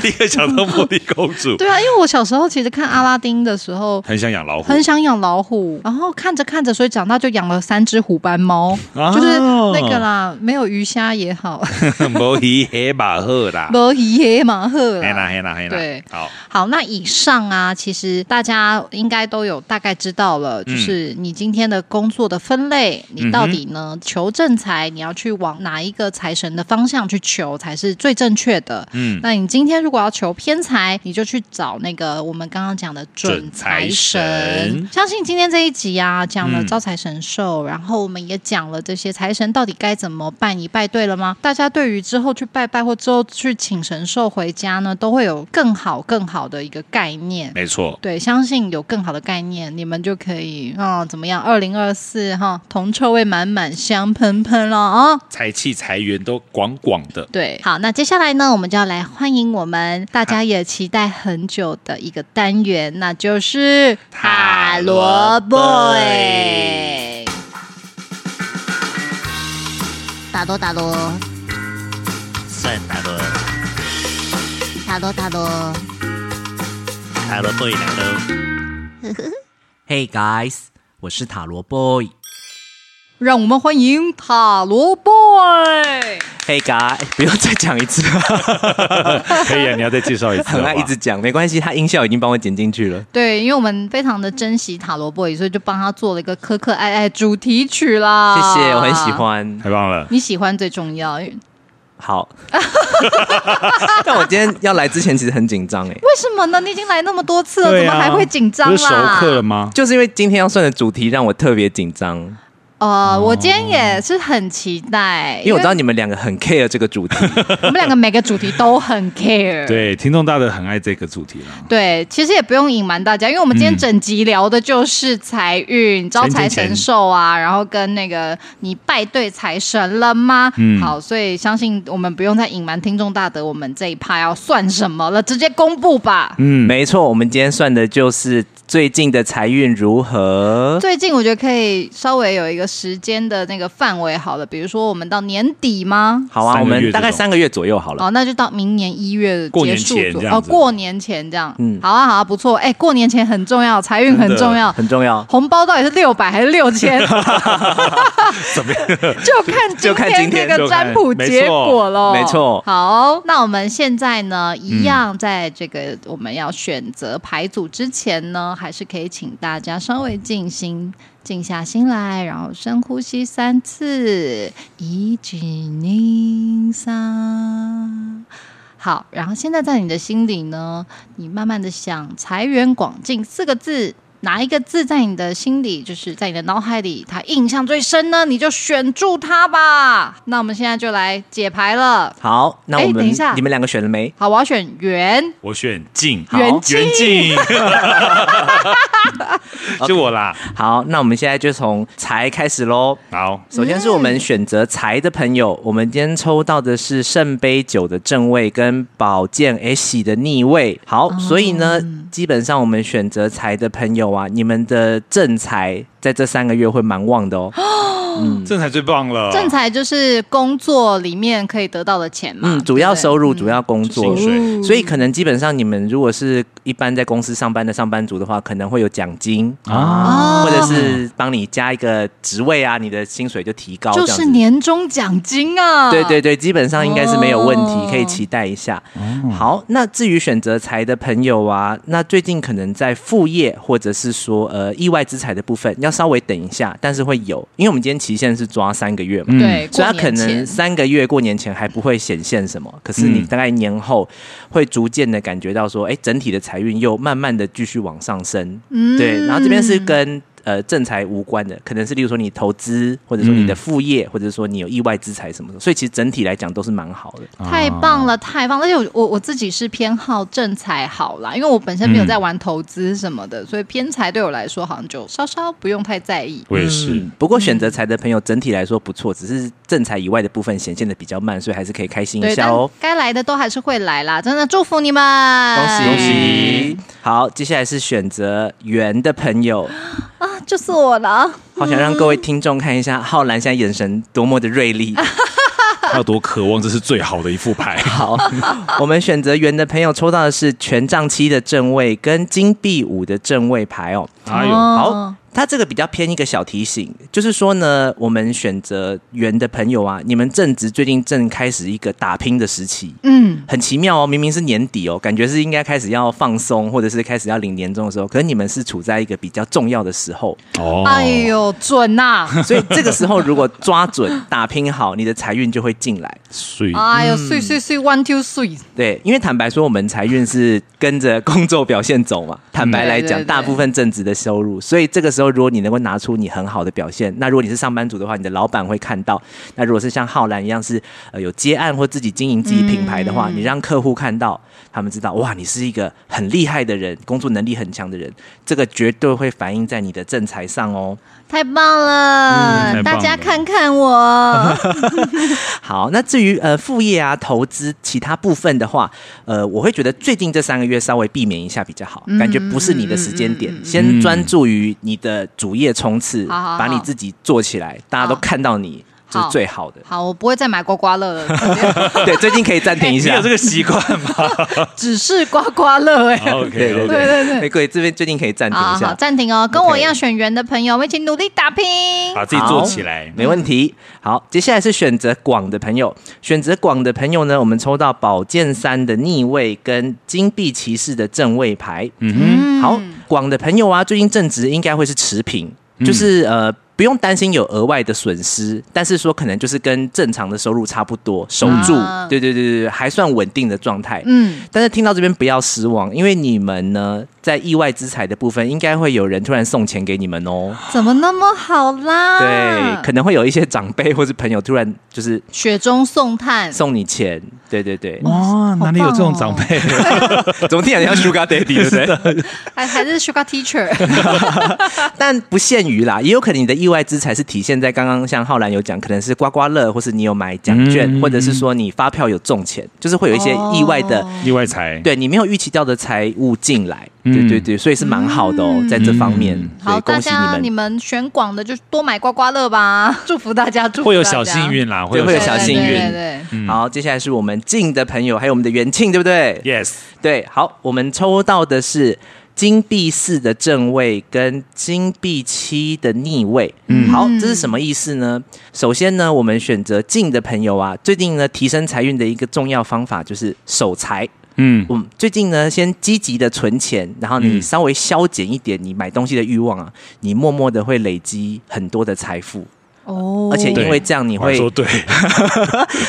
[SPEAKER 2] 立刻想到茉莉公主，
[SPEAKER 3] 对啊，因为我小时候其实看阿拉丁的时候，
[SPEAKER 2] 很想养老虎，
[SPEAKER 3] 很想养老虎，然后看着看着，所以长大就养了三只虎斑猫，
[SPEAKER 2] 哦
[SPEAKER 3] 就是那个啦，没有鱼虾也 好，
[SPEAKER 2] 摩伊黑马赫 啦，
[SPEAKER 3] 没鱼黑马赫
[SPEAKER 2] 黑啦
[SPEAKER 3] 啦。
[SPEAKER 2] 黑啦黑啦。
[SPEAKER 3] 对
[SPEAKER 2] 好，
[SPEAKER 3] 好，那以上啊，其实大家应该都有大概知道了，就
[SPEAKER 2] 嗯
[SPEAKER 3] 是你今天的工作的分类，你到
[SPEAKER 2] 嗯哼
[SPEAKER 3] 底呢、求正财，你要去往哪一个财神的方向去求才是最正确的。
[SPEAKER 2] 嗯，
[SPEAKER 3] 那你今天如果要求偏财，你就去找那个我们刚刚讲的准财神。
[SPEAKER 2] 准财神
[SPEAKER 3] 相信今天这一集啊，讲了
[SPEAKER 2] 嗯
[SPEAKER 3] 招财神兽，然后我们也讲了这些财神到底该怎么办，你拜对了吗？大家对于之后去拜拜或之后去请神兽回家呢，都会有更好更好的一个概念。
[SPEAKER 2] 没错，
[SPEAKER 3] 对，相信有更好的概念，你们就可以啊、怎么样？二零二四哈，铜臭味满满，香喷喷了啊！
[SPEAKER 2] 财气财源都广广的。
[SPEAKER 3] 对，好，那接下来呢，我们就要来欢迎我们大家也期待很久的一个单元，那就是
[SPEAKER 2] 塔罗 boy。
[SPEAKER 4] 塔罗塔罗
[SPEAKER 5] 算塔罗，
[SPEAKER 4] 塔罗塔罗，
[SPEAKER 5] 塔罗 boy 来喽。hey guys，我是塔罗 boy。
[SPEAKER 3] 让我们欢迎塔罗 boy。
[SPEAKER 5] Hey guys，不 用再讲一 次，
[SPEAKER 2] 可以啊，你要再介绍一 次好
[SPEAKER 5] 很
[SPEAKER 2] 不好，
[SPEAKER 5] 爱一直讲，没关系，他音效已经帮我剪进去了。
[SPEAKER 3] 对，因为我们非常的珍惜塔罗 boy，所以就帮他做了一个可可爱爱主题曲啦。
[SPEAKER 5] 谢谢，我很喜。欢。
[SPEAKER 2] 太棒了。
[SPEAKER 3] 你喜欢最重要，因为为
[SPEAKER 5] 好，但我今天要来之前其实很紧张哎，
[SPEAKER 3] 什么呢？你已经来那么多次了，
[SPEAKER 2] 对
[SPEAKER 3] 怎么
[SPEAKER 2] 啊
[SPEAKER 3] 还会紧张啦？
[SPEAKER 2] 不是熟客了吗？
[SPEAKER 5] 就是因为今天要算的主题让我特别紧张，
[SPEAKER 3] 呃，我今天也是很期待，
[SPEAKER 5] 因为我知道你们两个很 care 这个主题。
[SPEAKER 3] 我们两个每个主题都 很 care。。
[SPEAKER 2] 对，听众大的很爱这个主题啦。
[SPEAKER 3] 对，其实也不用隐瞒大家，因为我们今天整集聊的就是财运、招财神兽啊，然后跟那个你拜对财神了吗？
[SPEAKER 2] 嗯
[SPEAKER 3] 好，所以相信我们不用再隐瞒听众大德，我们这一趴要算什么了，直接公布吧。
[SPEAKER 2] 嗯，
[SPEAKER 5] 没错，我们今天算的就是最近的财运如何。
[SPEAKER 3] 最近我觉得可以稍微有一个时间的那个范围好了，比如说我们到年底吗？
[SPEAKER 5] 好啊，
[SPEAKER 2] 三
[SPEAKER 5] 我
[SPEAKER 2] 个月
[SPEAKER 5] 们大概
[SPEAKER 2] 这种
[SPEAKER 5] 三个月左右好了。
[SPEAKER 3] 好，哦那就到明年一月
[SPEAKER 2] 过
[SPEAKER 3] 结
[SPEAKER 2] 年
[SPEAKER 3] 束
[SPEAKER 2] 前
[SPEAKER 3] 左
[SPEAKER 2] 这
[SPEAKER 3] 右
[SPEAKER 2] 样
[SPEAKER 3] 哦，
[SPEAKER 2] 子
[SPEAKER 3] 过年前这样。
[SPEAKER 5] 嗯
[SPEAKER 3] 好啊，好啊，不错。哎，过年前很重要，财运很
[SPEAKER 2] 真的
[SPEAKER 3] 重要，
[SPEAKER 5] 很重要，
[SPEAKER 3] 红包到底是六百还是六千？
[SPEAKER 2] 怎么样？
[SPEAKER 3] 就看
[SPEAKER 5] 就看今
[SPEAKER 3] 这
[SPEAKER 5] 天
[SPEAKER 3] 个占卜结果喽。
[SPEAKER 5] 没错
[SPEAKER 3] 好，那我们现在呢，一样在这个我们要选择牌组之前呢，还是可以请大家稍微静心。静下心来，然后深呼吸三次，一、二、零、三。好，然后现在在你的心里呢，你慢慢的想“财源广进”四个字，哪一个字在你的心里，就是在你的脑海里，它印象最深呢？你就选住它吧。那我们现在就来解牌了。
[SPEAKER 5] 好，那我
[SPEAKER 3] 哎
[SPEAKER 5] 们
[SPEAKER 3] 等一下
[SPEAKER 5] 你们两个选了没？
[SPEAKER 3] 好，我要选圆，
[SPEAKER 2] 我选静，
[SPEAKER 5] 好
[SPEAKER 3] 元气
[SPEAKER 2] 袁 静，是我啦。
[SPEAKER 5] 好，那我们现在就从财开始喽。
[SPEAKER 2] 好，
[SPEAKER 5] 首先是我们选择财的朋友，我们今天抽到的是圣杯九的正位跟宝剑 S 喜的逆位。好，
[SPEAKER 3] 哦
[SPEAKER 5] 所以呢，基本上我们选择财的朋友啊，你们的正财在这三个月会蛮 旺的哦。
[SPEAKER 2] 正才最棒了，
[SPEAKER 3] 正财就是工作里面可以得到的钱嘛，
[SPEAKER 5] 嗯，主要
[SPEAKER 3] 对不对
[SPEAKER 5] 收入，主要工作
[SPEAKER 2] 薪。
[SPEAKER 3] 嗯
[SPEAKER 2] 水
[SPEAKER 5] 所以可能基本上你们如果是一般在公司上班的上班族的话，可能会有奖金啊，或者是帮你加一个职位啊，你的薪水就提高，这
[SPEAKER 3] 就
[SPEAKER 5] 样子
[SPEAKER 3] 是。年终奖金啊。
[SPEAKER 5] 对对对，基本上应该是没有问题，
[SPEAKER 3] 哦
[SPEAKER 5] 可以期待一下。好，那至于选择财的朋友啊，那最近可能在副业或者是说呃意外之财的部分，要稍微等一下，但是会有，因为我们今天期限是抓三个月嘛，
[SPEAKER 3] 嗯对，
[SPEAKER 5] 所
[SPEAKER 3] 过
[SPEAKER 5] 以它
[SPEAKER 3] 年
[SPEAKER 5] 可能
[SPEAKER 3] 前
[SPEAKER 5] 三个月过年前还不会显现什么，可是你
[SPEAKER 2] 嗯
[SPEAKER 5] 大概年后会逐渐的感觉到说，哎、整体的财运又慢慢的继续往上升，
[SPEAKER 3] 嗯
[SPEAKER 5] 对，然后这边是跟。呃，正财无关的，可能是例如说你投资，或者说你的副业，或者说你有意外之财什么的，所以其实整体来讲都是蛮好的。
[SPEAKER 3] 太棒了，太棒了！而且我我我自己是偏好正财好啦，因为我本身没有
[SPEAKER 5] 嗯
[SPEAKER 3] 在玩投资什么的，所以偏财对我来说好像就稍稍不用太在意。
[SPEAKER 2] 我也是。
[SPEAKER 5] 不过选择财的朋友整体来说不错，只是正财以外的部分显现的比较慢，所以还是可以开心一
[SPEAKER 3] 对，
[SPEAKER 5] 下
[SPEAKER 3] 但
[SPEAKER 5] 哦。
[SPEAKER 3] 该来的都还是会来啦，真的祝福你们，
[SPEAKER 5] 恭喜恭
[SPEAKER 3] 恭
[SPEAKER 5] 喜！好，接下来是选择缘的朋友，
[SPEAKER 3] 啊！就是我了，
[SPEAKER 5] 好想让各位听众看一下浩然现在眼神多么的锐利。
[SPEAKER 2] 他有多渴望，这是最好的一副 牌。
[SPEAKER 5] 好，我们选择圆的朋友抽到的是权杖七的正位跟金币五的正位牌哦。
[SPEAKER 2] 哎
[SPEAKER 3] 哦
[SPEAKER 2] 呦，
[SPEAKER 5] 好，它这个比较偏一个小提醒，就是说呢，我们选择圆的朋友啊，你们正值最近正开始一个打拼的时期，
[SPEAKER 3] 嗯，
[SPEAKER 5] 很奇妙哦，明明是年底哦，感觉是应该开始要放松，或者是开始要领年终的时候，可是你们是处在一个比较重要的时候，
[SPEAKER 2] 哦，
[SPEAKER 3] 哎呦，准啊呐、
[SPEAKER 5] 所以这个时候如果抓准打拼好，你的财运就会进来。
[SPEAKER 2] 所以
[SPEAKER 3] 哎呦，碎碎碎，one two three，
[SPEAKER 5] 对，因为坦白说，我们财运是跟着工作表现走嘛。坦白来
[SPEAKER 3] 对
[SPEAKER 5] 讲，
[SPEAKER 3] 对对
[SPEAKER 5] 大部分正职的收入，所以这个时候，如果你能够拿出你很好的表现，那如果你是上班族的话，你的老板会看到；那如果是像浩然一样是呃有接案或自己经营自己品牌的
[SPEAKER 3] 嗯
[SPEAKER 5] 话，你让客户看到，他们知道哇，你是一个很厉害的人，工作能力很强的人，这个绝对会反映在你的正财上哦。
[SPEAKER 3] 太棒了，
[SPEAKER 2] 嗯太棒了
[SPEAKER 3] 大家看看 我，
[SPEAKER 5] 好，那至于呃副业啊、投资其他部分的话，呃，我会觉得最近这三个月稍微避免一下比较好，
[SPEAKER 3] 嗯
[SPEAKER 5] 感觉不是你的时间点，先专注于你的主业冲刺，
[SPEAKER 3] 好好好
[SPEAKER 5] 把你自己做起来，大家都
[SPEAKER 3] 好
[SPEAKER 5] 看到你就是最好的。
[SPEAKER 3] 好，我不会再买刮刮乐了，
[SPEAKER 5] 对，最近可以暂停一
[SPEAKER 2] 你
[SPEAKER 5] 下
[SPEAKER 2] 有这。个习惯吗
[SPEAKER 3] 只是刮刮乐哎、
[SPEAKER 2] ？OK，
[SPEAKER 5] 对
[SPEAKER 3] 对
[SPEAKER 5] 对
[SPEAKER 3] 对对
[SPEAKER 5] 对，哎各位这边最近可以暂停
[SPEAKER 3] 好
[SPEAKER 5] 哦一
[SPEAKER 3] 好
[SPEAKER 5] 下
[SPEAKER 3] 好，，暂停哦，跟我
[SPEAKER 5] OK 啊
[SPEAKER 3] 一样选圆的朋友，我们一起努力打拼。
[SPEAKER 2] 把自己做起来。
[SPEAKER 5] 没问题。好，接下来是选择广的朋友。选择广的朋友呢，我们抽到宝剑三的逆位跟金币骑士的正位牌。嗯哼，好，广的朋友啊，最近正值应该会是持平，就是、呃。不用担心有额外的损失，但是说可能就是跟正常的收入差不多，守住，
[SPEAKER 3] 啊
[SPEAKER 5] 对对对对，对还算稳定的状态。
[SPEAKER 3] 嗯，
[SPEAKER 5] 但是听到这边不要失望，因为你们呢在意外之财的部分，应该会有人突然送钱给你们哦。
[SPEAKER 3] 怎么那么好啦？啊
[SPEAKER 5] 对，可能会有一些长辈或是朋友突然就是
[SPEAKER 3] 雪中送炭，
[SPEAKER 5] 送你钱，对对对，
[SPEAKER 3] 哦
[SPEAKER 2] 哇，哪里有这种长 辈？
[SPEAKER 5] 总体很像 Sugar Daddy，对不对？
[SPEAKER 3] 还还是 Sugar Teacher，
[SPEAKER 5] 但不限于啦，也有可能你的意外之财是体现在刚刚像浩然有讲，可能是刮刮乐，或是你有买奖券，
[SPEAKER 2] 嗯
[SPEAKER 5] 或者是说你发票有中钱，就是会有一些
[SPEAKER 3] 哦
[SPEAKER 5] 意外的，
[SPEAKER 2] 意外财，
[SPEAKER 5] 对你没有预期到的财务进来，
[SPEAKER 2] 嗯
[SPEAKER 5] 对对对，所以是蛮好的哦，在这方面，所
[SPEAKER 3] 嗯好，大
[SPEAKER 5] 以恭喜
[SPEAKER 3] 家你
[SPEAKER 5] 们。
[SPEAKER 3] 们选广的就多买刮刮乐 吧，祝福大家，祝福大家
[SPEAKER 2] 会有小幸，运啦，
[SPEAKER 5] 对会有
[SPEAKER 3] 对
[SPEAKER 5] 小幸运
[SPEAKER 3] 对对对对
[SPEAKER 5] 好，接下来是我们静的朋友，还有我们的元庆，对不对？
[SPEAKER 2] Yes，
[SPEAKER 5] 对，好，我们抽到的是金币四的正位跟金币七的逆位。嗯，好，这是什么意思呢？首先呢，我们选择进的朋友啊，最近呢提升财运的一个重要方法就是守财。
[SPEAKER 2] 嗯，
[SPEAKER 5] 嗯，最近呢，先积极的存钱，然后你稍微消减一点你买东西的欲望啊，你默默的会累积很多的财富，
[SPEAKER 3] 哦，
[SPEAKER 5] 嗯而且
[SPEAKER 2] 对
[SPEAKER 5] 因为这样你
[SPEAKER 2] 我还
[SPEAKER 5] 会
[SPEAKER 2] 说对，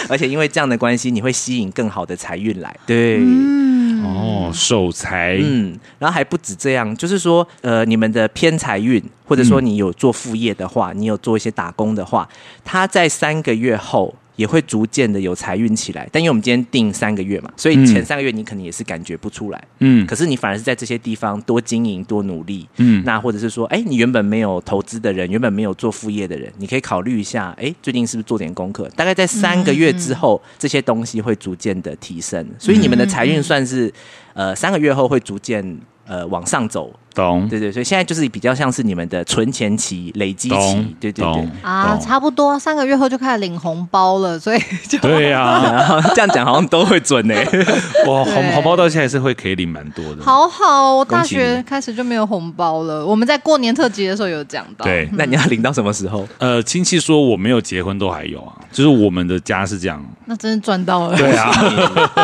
[SPEAKER 5] 而且因为这样的关系，你会吸引更好的财运来。对，
[SPEAKER 3] 嗯
[SPEAKER 2] 哦，守财，
[SPEAKER 5] 嗯，然后还不止这样，就是说，呃，你们的偏财运，或者说你有做副业的话，你有做一些打工的话，它在三个月后也会逐渐的有财运起来。但因为我们今天定三个月嘛，所以前三个月你可能也是感觉不出来，
[SPEAKER 2] 嗯
[SPEAKER 5] 可是你反而是在这些地方多经营、多努力，
[SPEAKER 2] 嗯
[SPEAKER 5] 那或者是说，哎，你原本没有投资的人，原本没有做副业的人，你可以考虑一下，哎，最近是不是做点功课？大概在三个月之后，这些东西会逐渐的提升，所以你们的财运算是，呃，三个月后会逐渐呃往上走，
[SPEAKER 2] 懂
[SPEAKER 5] 对对，所以现在就是比较像是你们的存钱期、累积期
[SPEAKER 2] 懂，，
[SPEAKER 5] 对对对
[SPEAKER 2] 懂。
[SPEAKER 4] 啊，
[SPEAKER 2] 懂
[SPEAKER 4] 差不多三个月后就开始领红包了，所以就
[SPEAKER 2] 对呀、
[SPEAKER 5] 然后这样讲好像都会准呢、
[SPEAKER 2] 哇，红
[SPEAKER 4] 对
[SPEAKER 2] 红包到现在是会可以领蛮多的，
[SPEAKER 3] 好好，我
[SPEAKER 5] 恭
[SPEAKER 3] 大
[SPEAKER 5] 喜你
[SPEAKER 3] 学开始就没有红包了。我们在过年特辑的时候有讲到，
[SPEAKER 2] 对。
[SPEAKER 5] 那你要领到什么时候？
[SPEAKER 2] 呃，亲戚说我没有结婚都还有啊，就是我们的家是这样，
[SPEAKER 3] 那真是赚到了。
[SPEAKER 2] 对啊，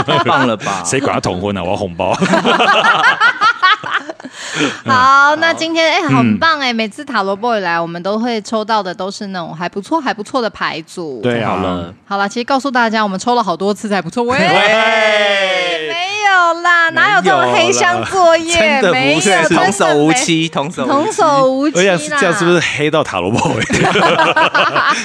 [SPEAKER 5] 太棒了吧！
[SPEAKER 2] 谁管他同 婚呢、啊？我要红包。
[SPEAKER 3] 好，那今天哎、很棒
[SPEAKER 5] 嗯
[SPEAKER 3] 哎、每次塔罗 boy 来，我们都会抽到的都是那种还不错、还不错的牌组。，
[SPEAKER 2] 对
[SPEAKER 5] 太
[SPEAKER 2] 啊，
[SPEAKER 5] 好了，
[SPEAKER 3] 好啦，其实告诉大家，我们抽了好多次才不错。 喂，
[SPEAKER 2] 喂
[SPEAKER 3] 没有啦，哪有这种黑箱作业？
[SPEAKER 5] 真的
[SPEAKER 3] 没
[SPEAKER 5] 不
[SPEAKER 3] 有，
[SPEAKER 5] 是
[SPEAKER 3] 真的
[SPEAKER 5] 童叟无
[SPEAKER 3] 没，
[SPEAKER 5] 欺，哎童叟无
[SPEAKER 3] 童
[SPEAKER 5] 欺。
[SPEAKER 3] 叟无
[SPEAKER 2] 而
[SPEAKER 3] 欺
[SPEAKER 2] 且
[SPEAKER 3] 啦。
[SPEAKER 2] 哎
[SPEAKER 5] 啊
[SPEAKER 2] 这样是不是黑到塔罗 boy？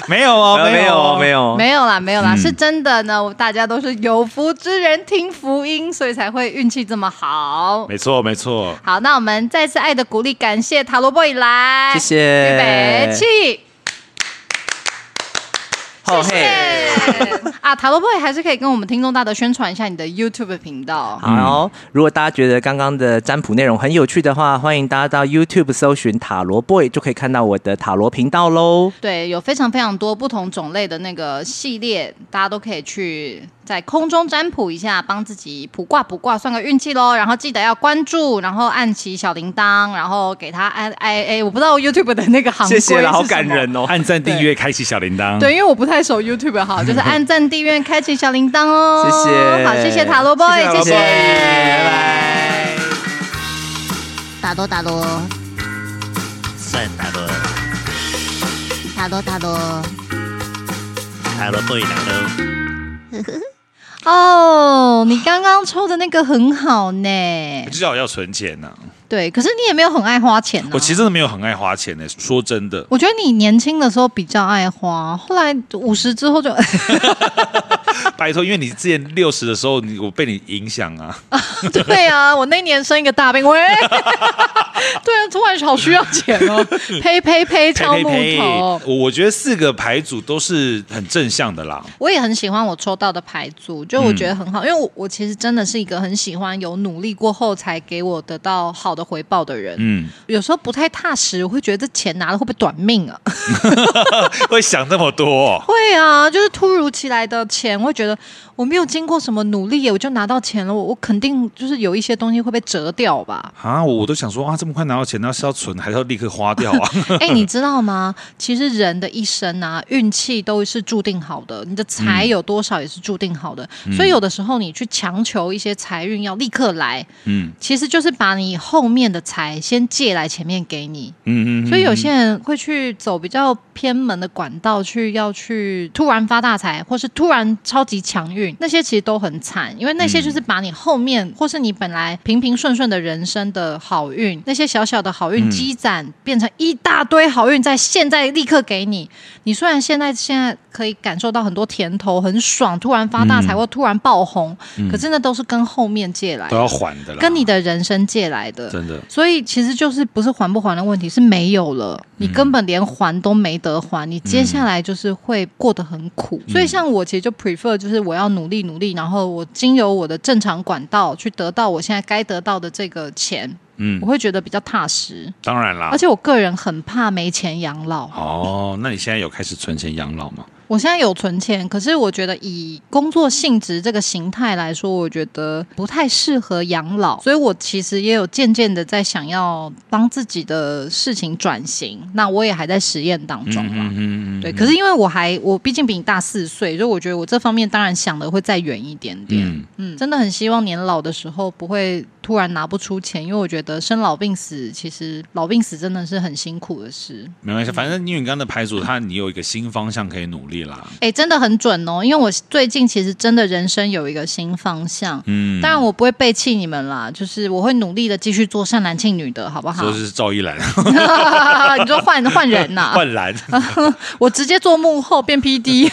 [SPEAKER 2] 没有哦，
[SPEAKER 5] 呃没有
[SPEAKER 2] 哦
[SPEAKER 5] 哦没有哦，
[SPEAKER 3] 没有啦，没有啦，是真的呢。我大家都是有福之人，听福音，所以才会运气这么好。
[SPEAKER 2] 没错没错，
[SPEAKER 3] 好，那我们再次爱的鼓励，感谢塔罗 boy 来，
[SPEAKER 5] 谢谢
[SPEAKER 3] 预备起，
[SPEAKER 5] 后
[SPEAKER 3] 谢
[SPEAKER 5] 嘿。
[SPEAKER 3] 谢啊！塔罗 boy 还是可以跟我们听众大德宣传一下你的 YouTube 频 道。
[SPEAKER 5] 好，如果大家觉得刚刚的占卜内容很有趣的话，欢迎大家到 YouTube 搜寻塔罗 boy，就可以看到我的塔罗频道喽。
[SPEAKER 3] 对，有非常非常多不同种类的那个系列，大家都可以去在空中占卜一下，帮自己卜卦卜卦，算个运气喽。然后记得要关注，然后按起小铃铛，然后给他按哎哎，我不知道 YouTube 的那个行
[SPEAKER 5] 谢谢
[SPEAKER 3] 规
[SPEAKER 5] 啦，
[SPEAKER 3] 是
[SPEAKER 5] 好
[SPEAKER 3] 什
[SPEAKER 5] 感
[SPEAKER 3] 么
[SPEAKER 5] 人哦。
[SPEAKER 2] 按赞订阅开启小铃铛，
[SPEAKER 3] 对，因为我不太熟 YouTube 哈，就是按赞、订阅、开启小铃铛哦。
[SPEAKER 5] 谢谢
[SPEAKER 3] 好，谢谢塔罗 boy，
[SPEAKER 5] 谢谢塔罗 boy，拜
[SPEAKER 3] 拜。
[SPEAKER 4] 打多打多
[SPEAKER 6] 算塔罗，
[SPEAKER 4] 打多打多。
[SPEAKER 6] 塔罗 boy 来喽！
[SPEAKER 3] 哦，你刚刚抽的那个很好呢，
[SPEAKER 2] 至少要存钱呐、
[SPEAKER 3] 对，可是你也没有很爱花钱、啊。
[SPEAKER 2] 我其实真的没有很爱花钱呢、说真的，
[SPEAKER 3] 我觉得你年轻的时候比较爱花，后来五十之后就
[SPEAKER 2] 拜托，因为你之前六十的时候，你我被你影响啊，
[SPEAKER 3] 对啊，我那年生一个大病，喂， 对啊，突然好需要钱哦，呸呸
[SPEAKER 2] 呸
[SPEAKER 3] 呸，敲
[SPEAKER 2] 呸
[SPEAKER 3] 木
[SPEAKER 2] 呸！
[SPEAKER 3] 头哦
[SPEAKER 2] 我。我觉得四个牌组都是很正向的啦，
[SPEAKER 3] 我也很喜欢我抽到的牌组，就我觉得很好，因为我我其实真的是一个很喜欢有努力过后才给我得到好的回报的人。
[SPEAKER 2] 嗯，
[SPEAKER 3] 有时候不太踏实，我会觉得这钱拿了会不会短命啊？
[SPEAKER 2] 会想那么多、。
[SPEAKER 3] 会啊，就是突如其来的钱，我会觉得我没有经过什么努力耶，我就拿到钱了，我我肯定就是有一些东西会被折掉吧
[SPEAKER 2] 啊！我我都想说啊，这么快拿到钱，那是要存还是要立刻花掉 啊？
[SPEAKER 3] 哎、你知道吗？其实人的一生啊，运气都是注定好的，你的财有多少也是注定好的，所以有的时候你去强求一些财运要立刻来，
[SPEAKER 2] 嗯
[SPEAKER 3] 其实就是把你后面的财先借来前面给你，
[SPEAKER 2] 嗯嗯，
[SPEAKER 3] 所以有些人会去走比较偏门的管道去，要去突然发大财，或是突然超级强运，那些其实都很惨，因为那些就是把你后面或是你本来平平顺顺的人生的好运，那些小小的好
[SPEAKER 2] 嗯
[SPEAKER 3] 运积攒、变成一大堆好运，在现在立刻给你。你虽然现在现在可以感受到很多甜头，很爽，突然发大财、或突然爆红，可是那都是跟后面借来
[SPEAKER 2] 嗯都
[SPEAKER 3] 的，
[SPEAKER 2] 要还的啦，
[SPEAKER 3] 跟你的人生借来的。
[SPEAKER 2] 真的
[SPEAKER 3] 所以其实就是不是还不还的问题，是没有了，你根本连还都没得还，你接下来就是会过得很苦。所以像我其实就 prefer 就是我要努力努力，然后我经由我的正常管道去得到我现在该得到的这个钱，
[SPEAKER 2] 嗯
[SPEAKER 3] 我会觉得比较踏实。
[SPEAKER 2] 当然啦
[SPEAKER 3] 而。且我个人很怕没钱养老，
[SPEAKER 2] 哦，那你现在有开始存钱养老吗？
[SPEAKER 3] 我现在有存钱，可是我觉得以工作性质这个形态来说，我觉得不太适合养老，所以我其实也有渐渐的在想要帮自己的事情转型。那我也还在实验当中啦。
[SPEAKER 2] 嗯嗯
[SPEAKER 3] 对，可是因为我还我毕竟比你大四岁，所以我觉得我这方面当然想的会再远一点点。
[SPEAKER 2] 嗯
[SPEAKER 3] 嗯，真的很希望年老的时候不会突然拿不出钱，因为我觉得生老病死，其实老病死真的是很辛苦的事。
[SPEAKER 2] 没关系，反正因为你刚才排除它，你有一个新方向可以努力啦。
[SPEAKER 3] 哎，真的很准哦，因为我最近其实真的人生有一个新方向。
[SPEAKER 2] 嗯，
[SPEAKER 3] 当然我不会背弃你们啦，就是我会努力的继续做善男信女的，好不好
[SPEAKER 2] 说？是赵一兰
[SPEAKER 3] 你说换换 人呐、
[SPEAKER 2] 换兰，
[SPEAKER 3] 我直接做幕后 变 PD。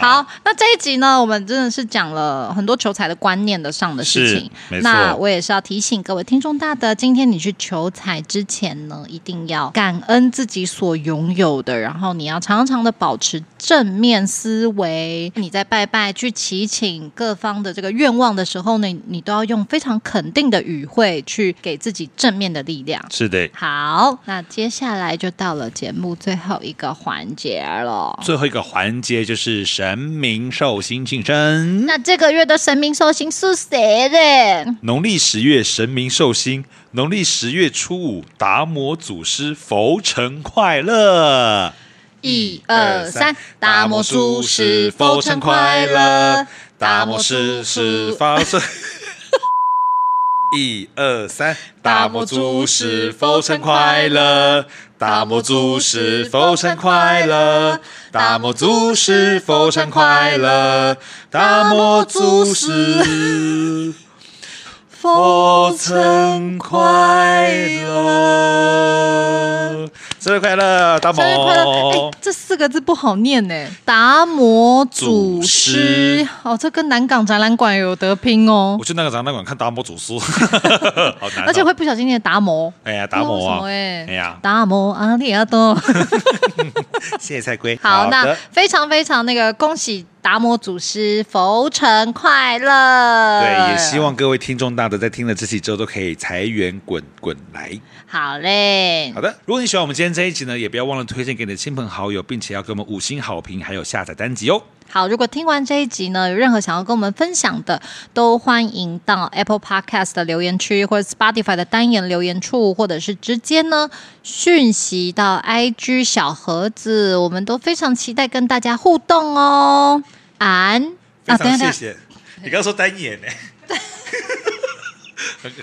[SPEAKER 3] 好，那这一集呢，我们真的是讲了很多求财的观念的上的事情
[SPEAKER 2] 是没。错
[SPEAKER 3] 那我也是要提醒各位听众大德，今天你去求财之前呢，一定要感恩自己所拥有的，然后你要常常的保持正面思维。你在拜拜去祈请各方的这个愿望的时候呢，你都要用非常肯定的语汇去给自己正面的力量。
[SPEAKER 2] 是的。
[SPEAKER 3] 好，那接下来就到了节目最后一个环节了。
[SPEAKER 2] 最后一个环节就是神明寿星庆生。
[SPEAKER 3] 那这个月的神明寿星是谁嘞？
[SPEAKER 2] 农历十月神明寿星，农历十月初五达摩祖师佛成快乐。
[SPEAKER 3] 一二三，达摩术士
[SPEAKER 2] 佛
[SPEAKER 3] 佛成快乐，达摩
[SPEAKER 2] 师
[SPEAKER 3] 术
[SPEAKER 2] 师
[SPEAKER 3] 士。
[SPEAKER 2] 发生。一二三，
[SPEAKER 3] 达摩祖师佛成快乐，达摩祖师佛成快乐，达摩祖师佛成快乐，达摩祖
[SPEAKER 2] 师
[SPEAKER 3] 佛成快
[SPEAKER 2] 乐，生日快乐，达摩，
[SPEAKER 3] 生日快乐！哎，这四个字不好念呢。达摩祖
[SPEAKER 2] 祖
[SPEAKER 3] 师
[SPEAKER 2] 师，
[SPEAKER 3] 哦，这跟南港展览馆有得拼哦
[SPEAKER 2] 我，去那个展览馆看达摩祖师， 好难哦、
[SPEAKER 3] 而且会不小心念达摩。
[SPEAKER 2] 哎呀达摩啊，
[SPEAKER 3] 不知道为什么
[SPEAKER 2] 哎呀，
[SPEAKER 3] 达摩阿里阿多。
[SPEAKER 2] 谢谢菜龟。
[SPEAKER 3] 好，那
[SPEAKER 2] 的
[SPEAKER 3] 呃非常非常那个恭喜达摩祖师佛成快乐。
[SPEAKER 2] 对，也希望各位听众大德在听了这期之后都可以财源滚滚来。
[SPEAKER 3] 好嘞
[SPEAKER 2] 好。的，如果你喜欢我们今天这一集呢，也不要忘了推荐给你的亲朋好友，并且要给我们五星好评，还有下载单集哦。
[SPEAKER 3] 好，如果听完这一集呢，有任何想要跟我们分享的，都欢迎到 Apple Podcast 的留言区，或者 Spotify 的单言留言处，或者是直接呢讯息到 IG 小盒子，我们都非常期待跟大家互动哦。安
[SPEAKER 2] 非
[SPEAKER 3] 啊等一
[SPEAKER 2] 常
[SPEAKER 3] 下
[SPEAKER 2] 谢谢。你刚刚说单 眼呢、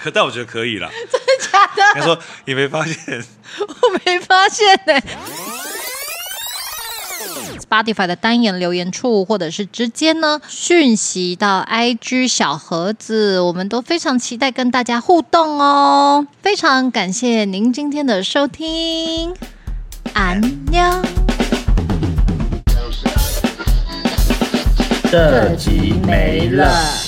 [SPEAKER 2] 可但我觉得可 以了。
[SPEAKER 3] 假的，
[SPEAKER 2] 他说你没发现？
[SPEAKER 3] 我没发现呢、Spotify 的单言留言处，或者是直接呢讯息到 IG 小盒子，我们都非常期待跟大家互动哦。非常感谢您今天的收听，安妞。
[SPEAKER 7] 这集没了。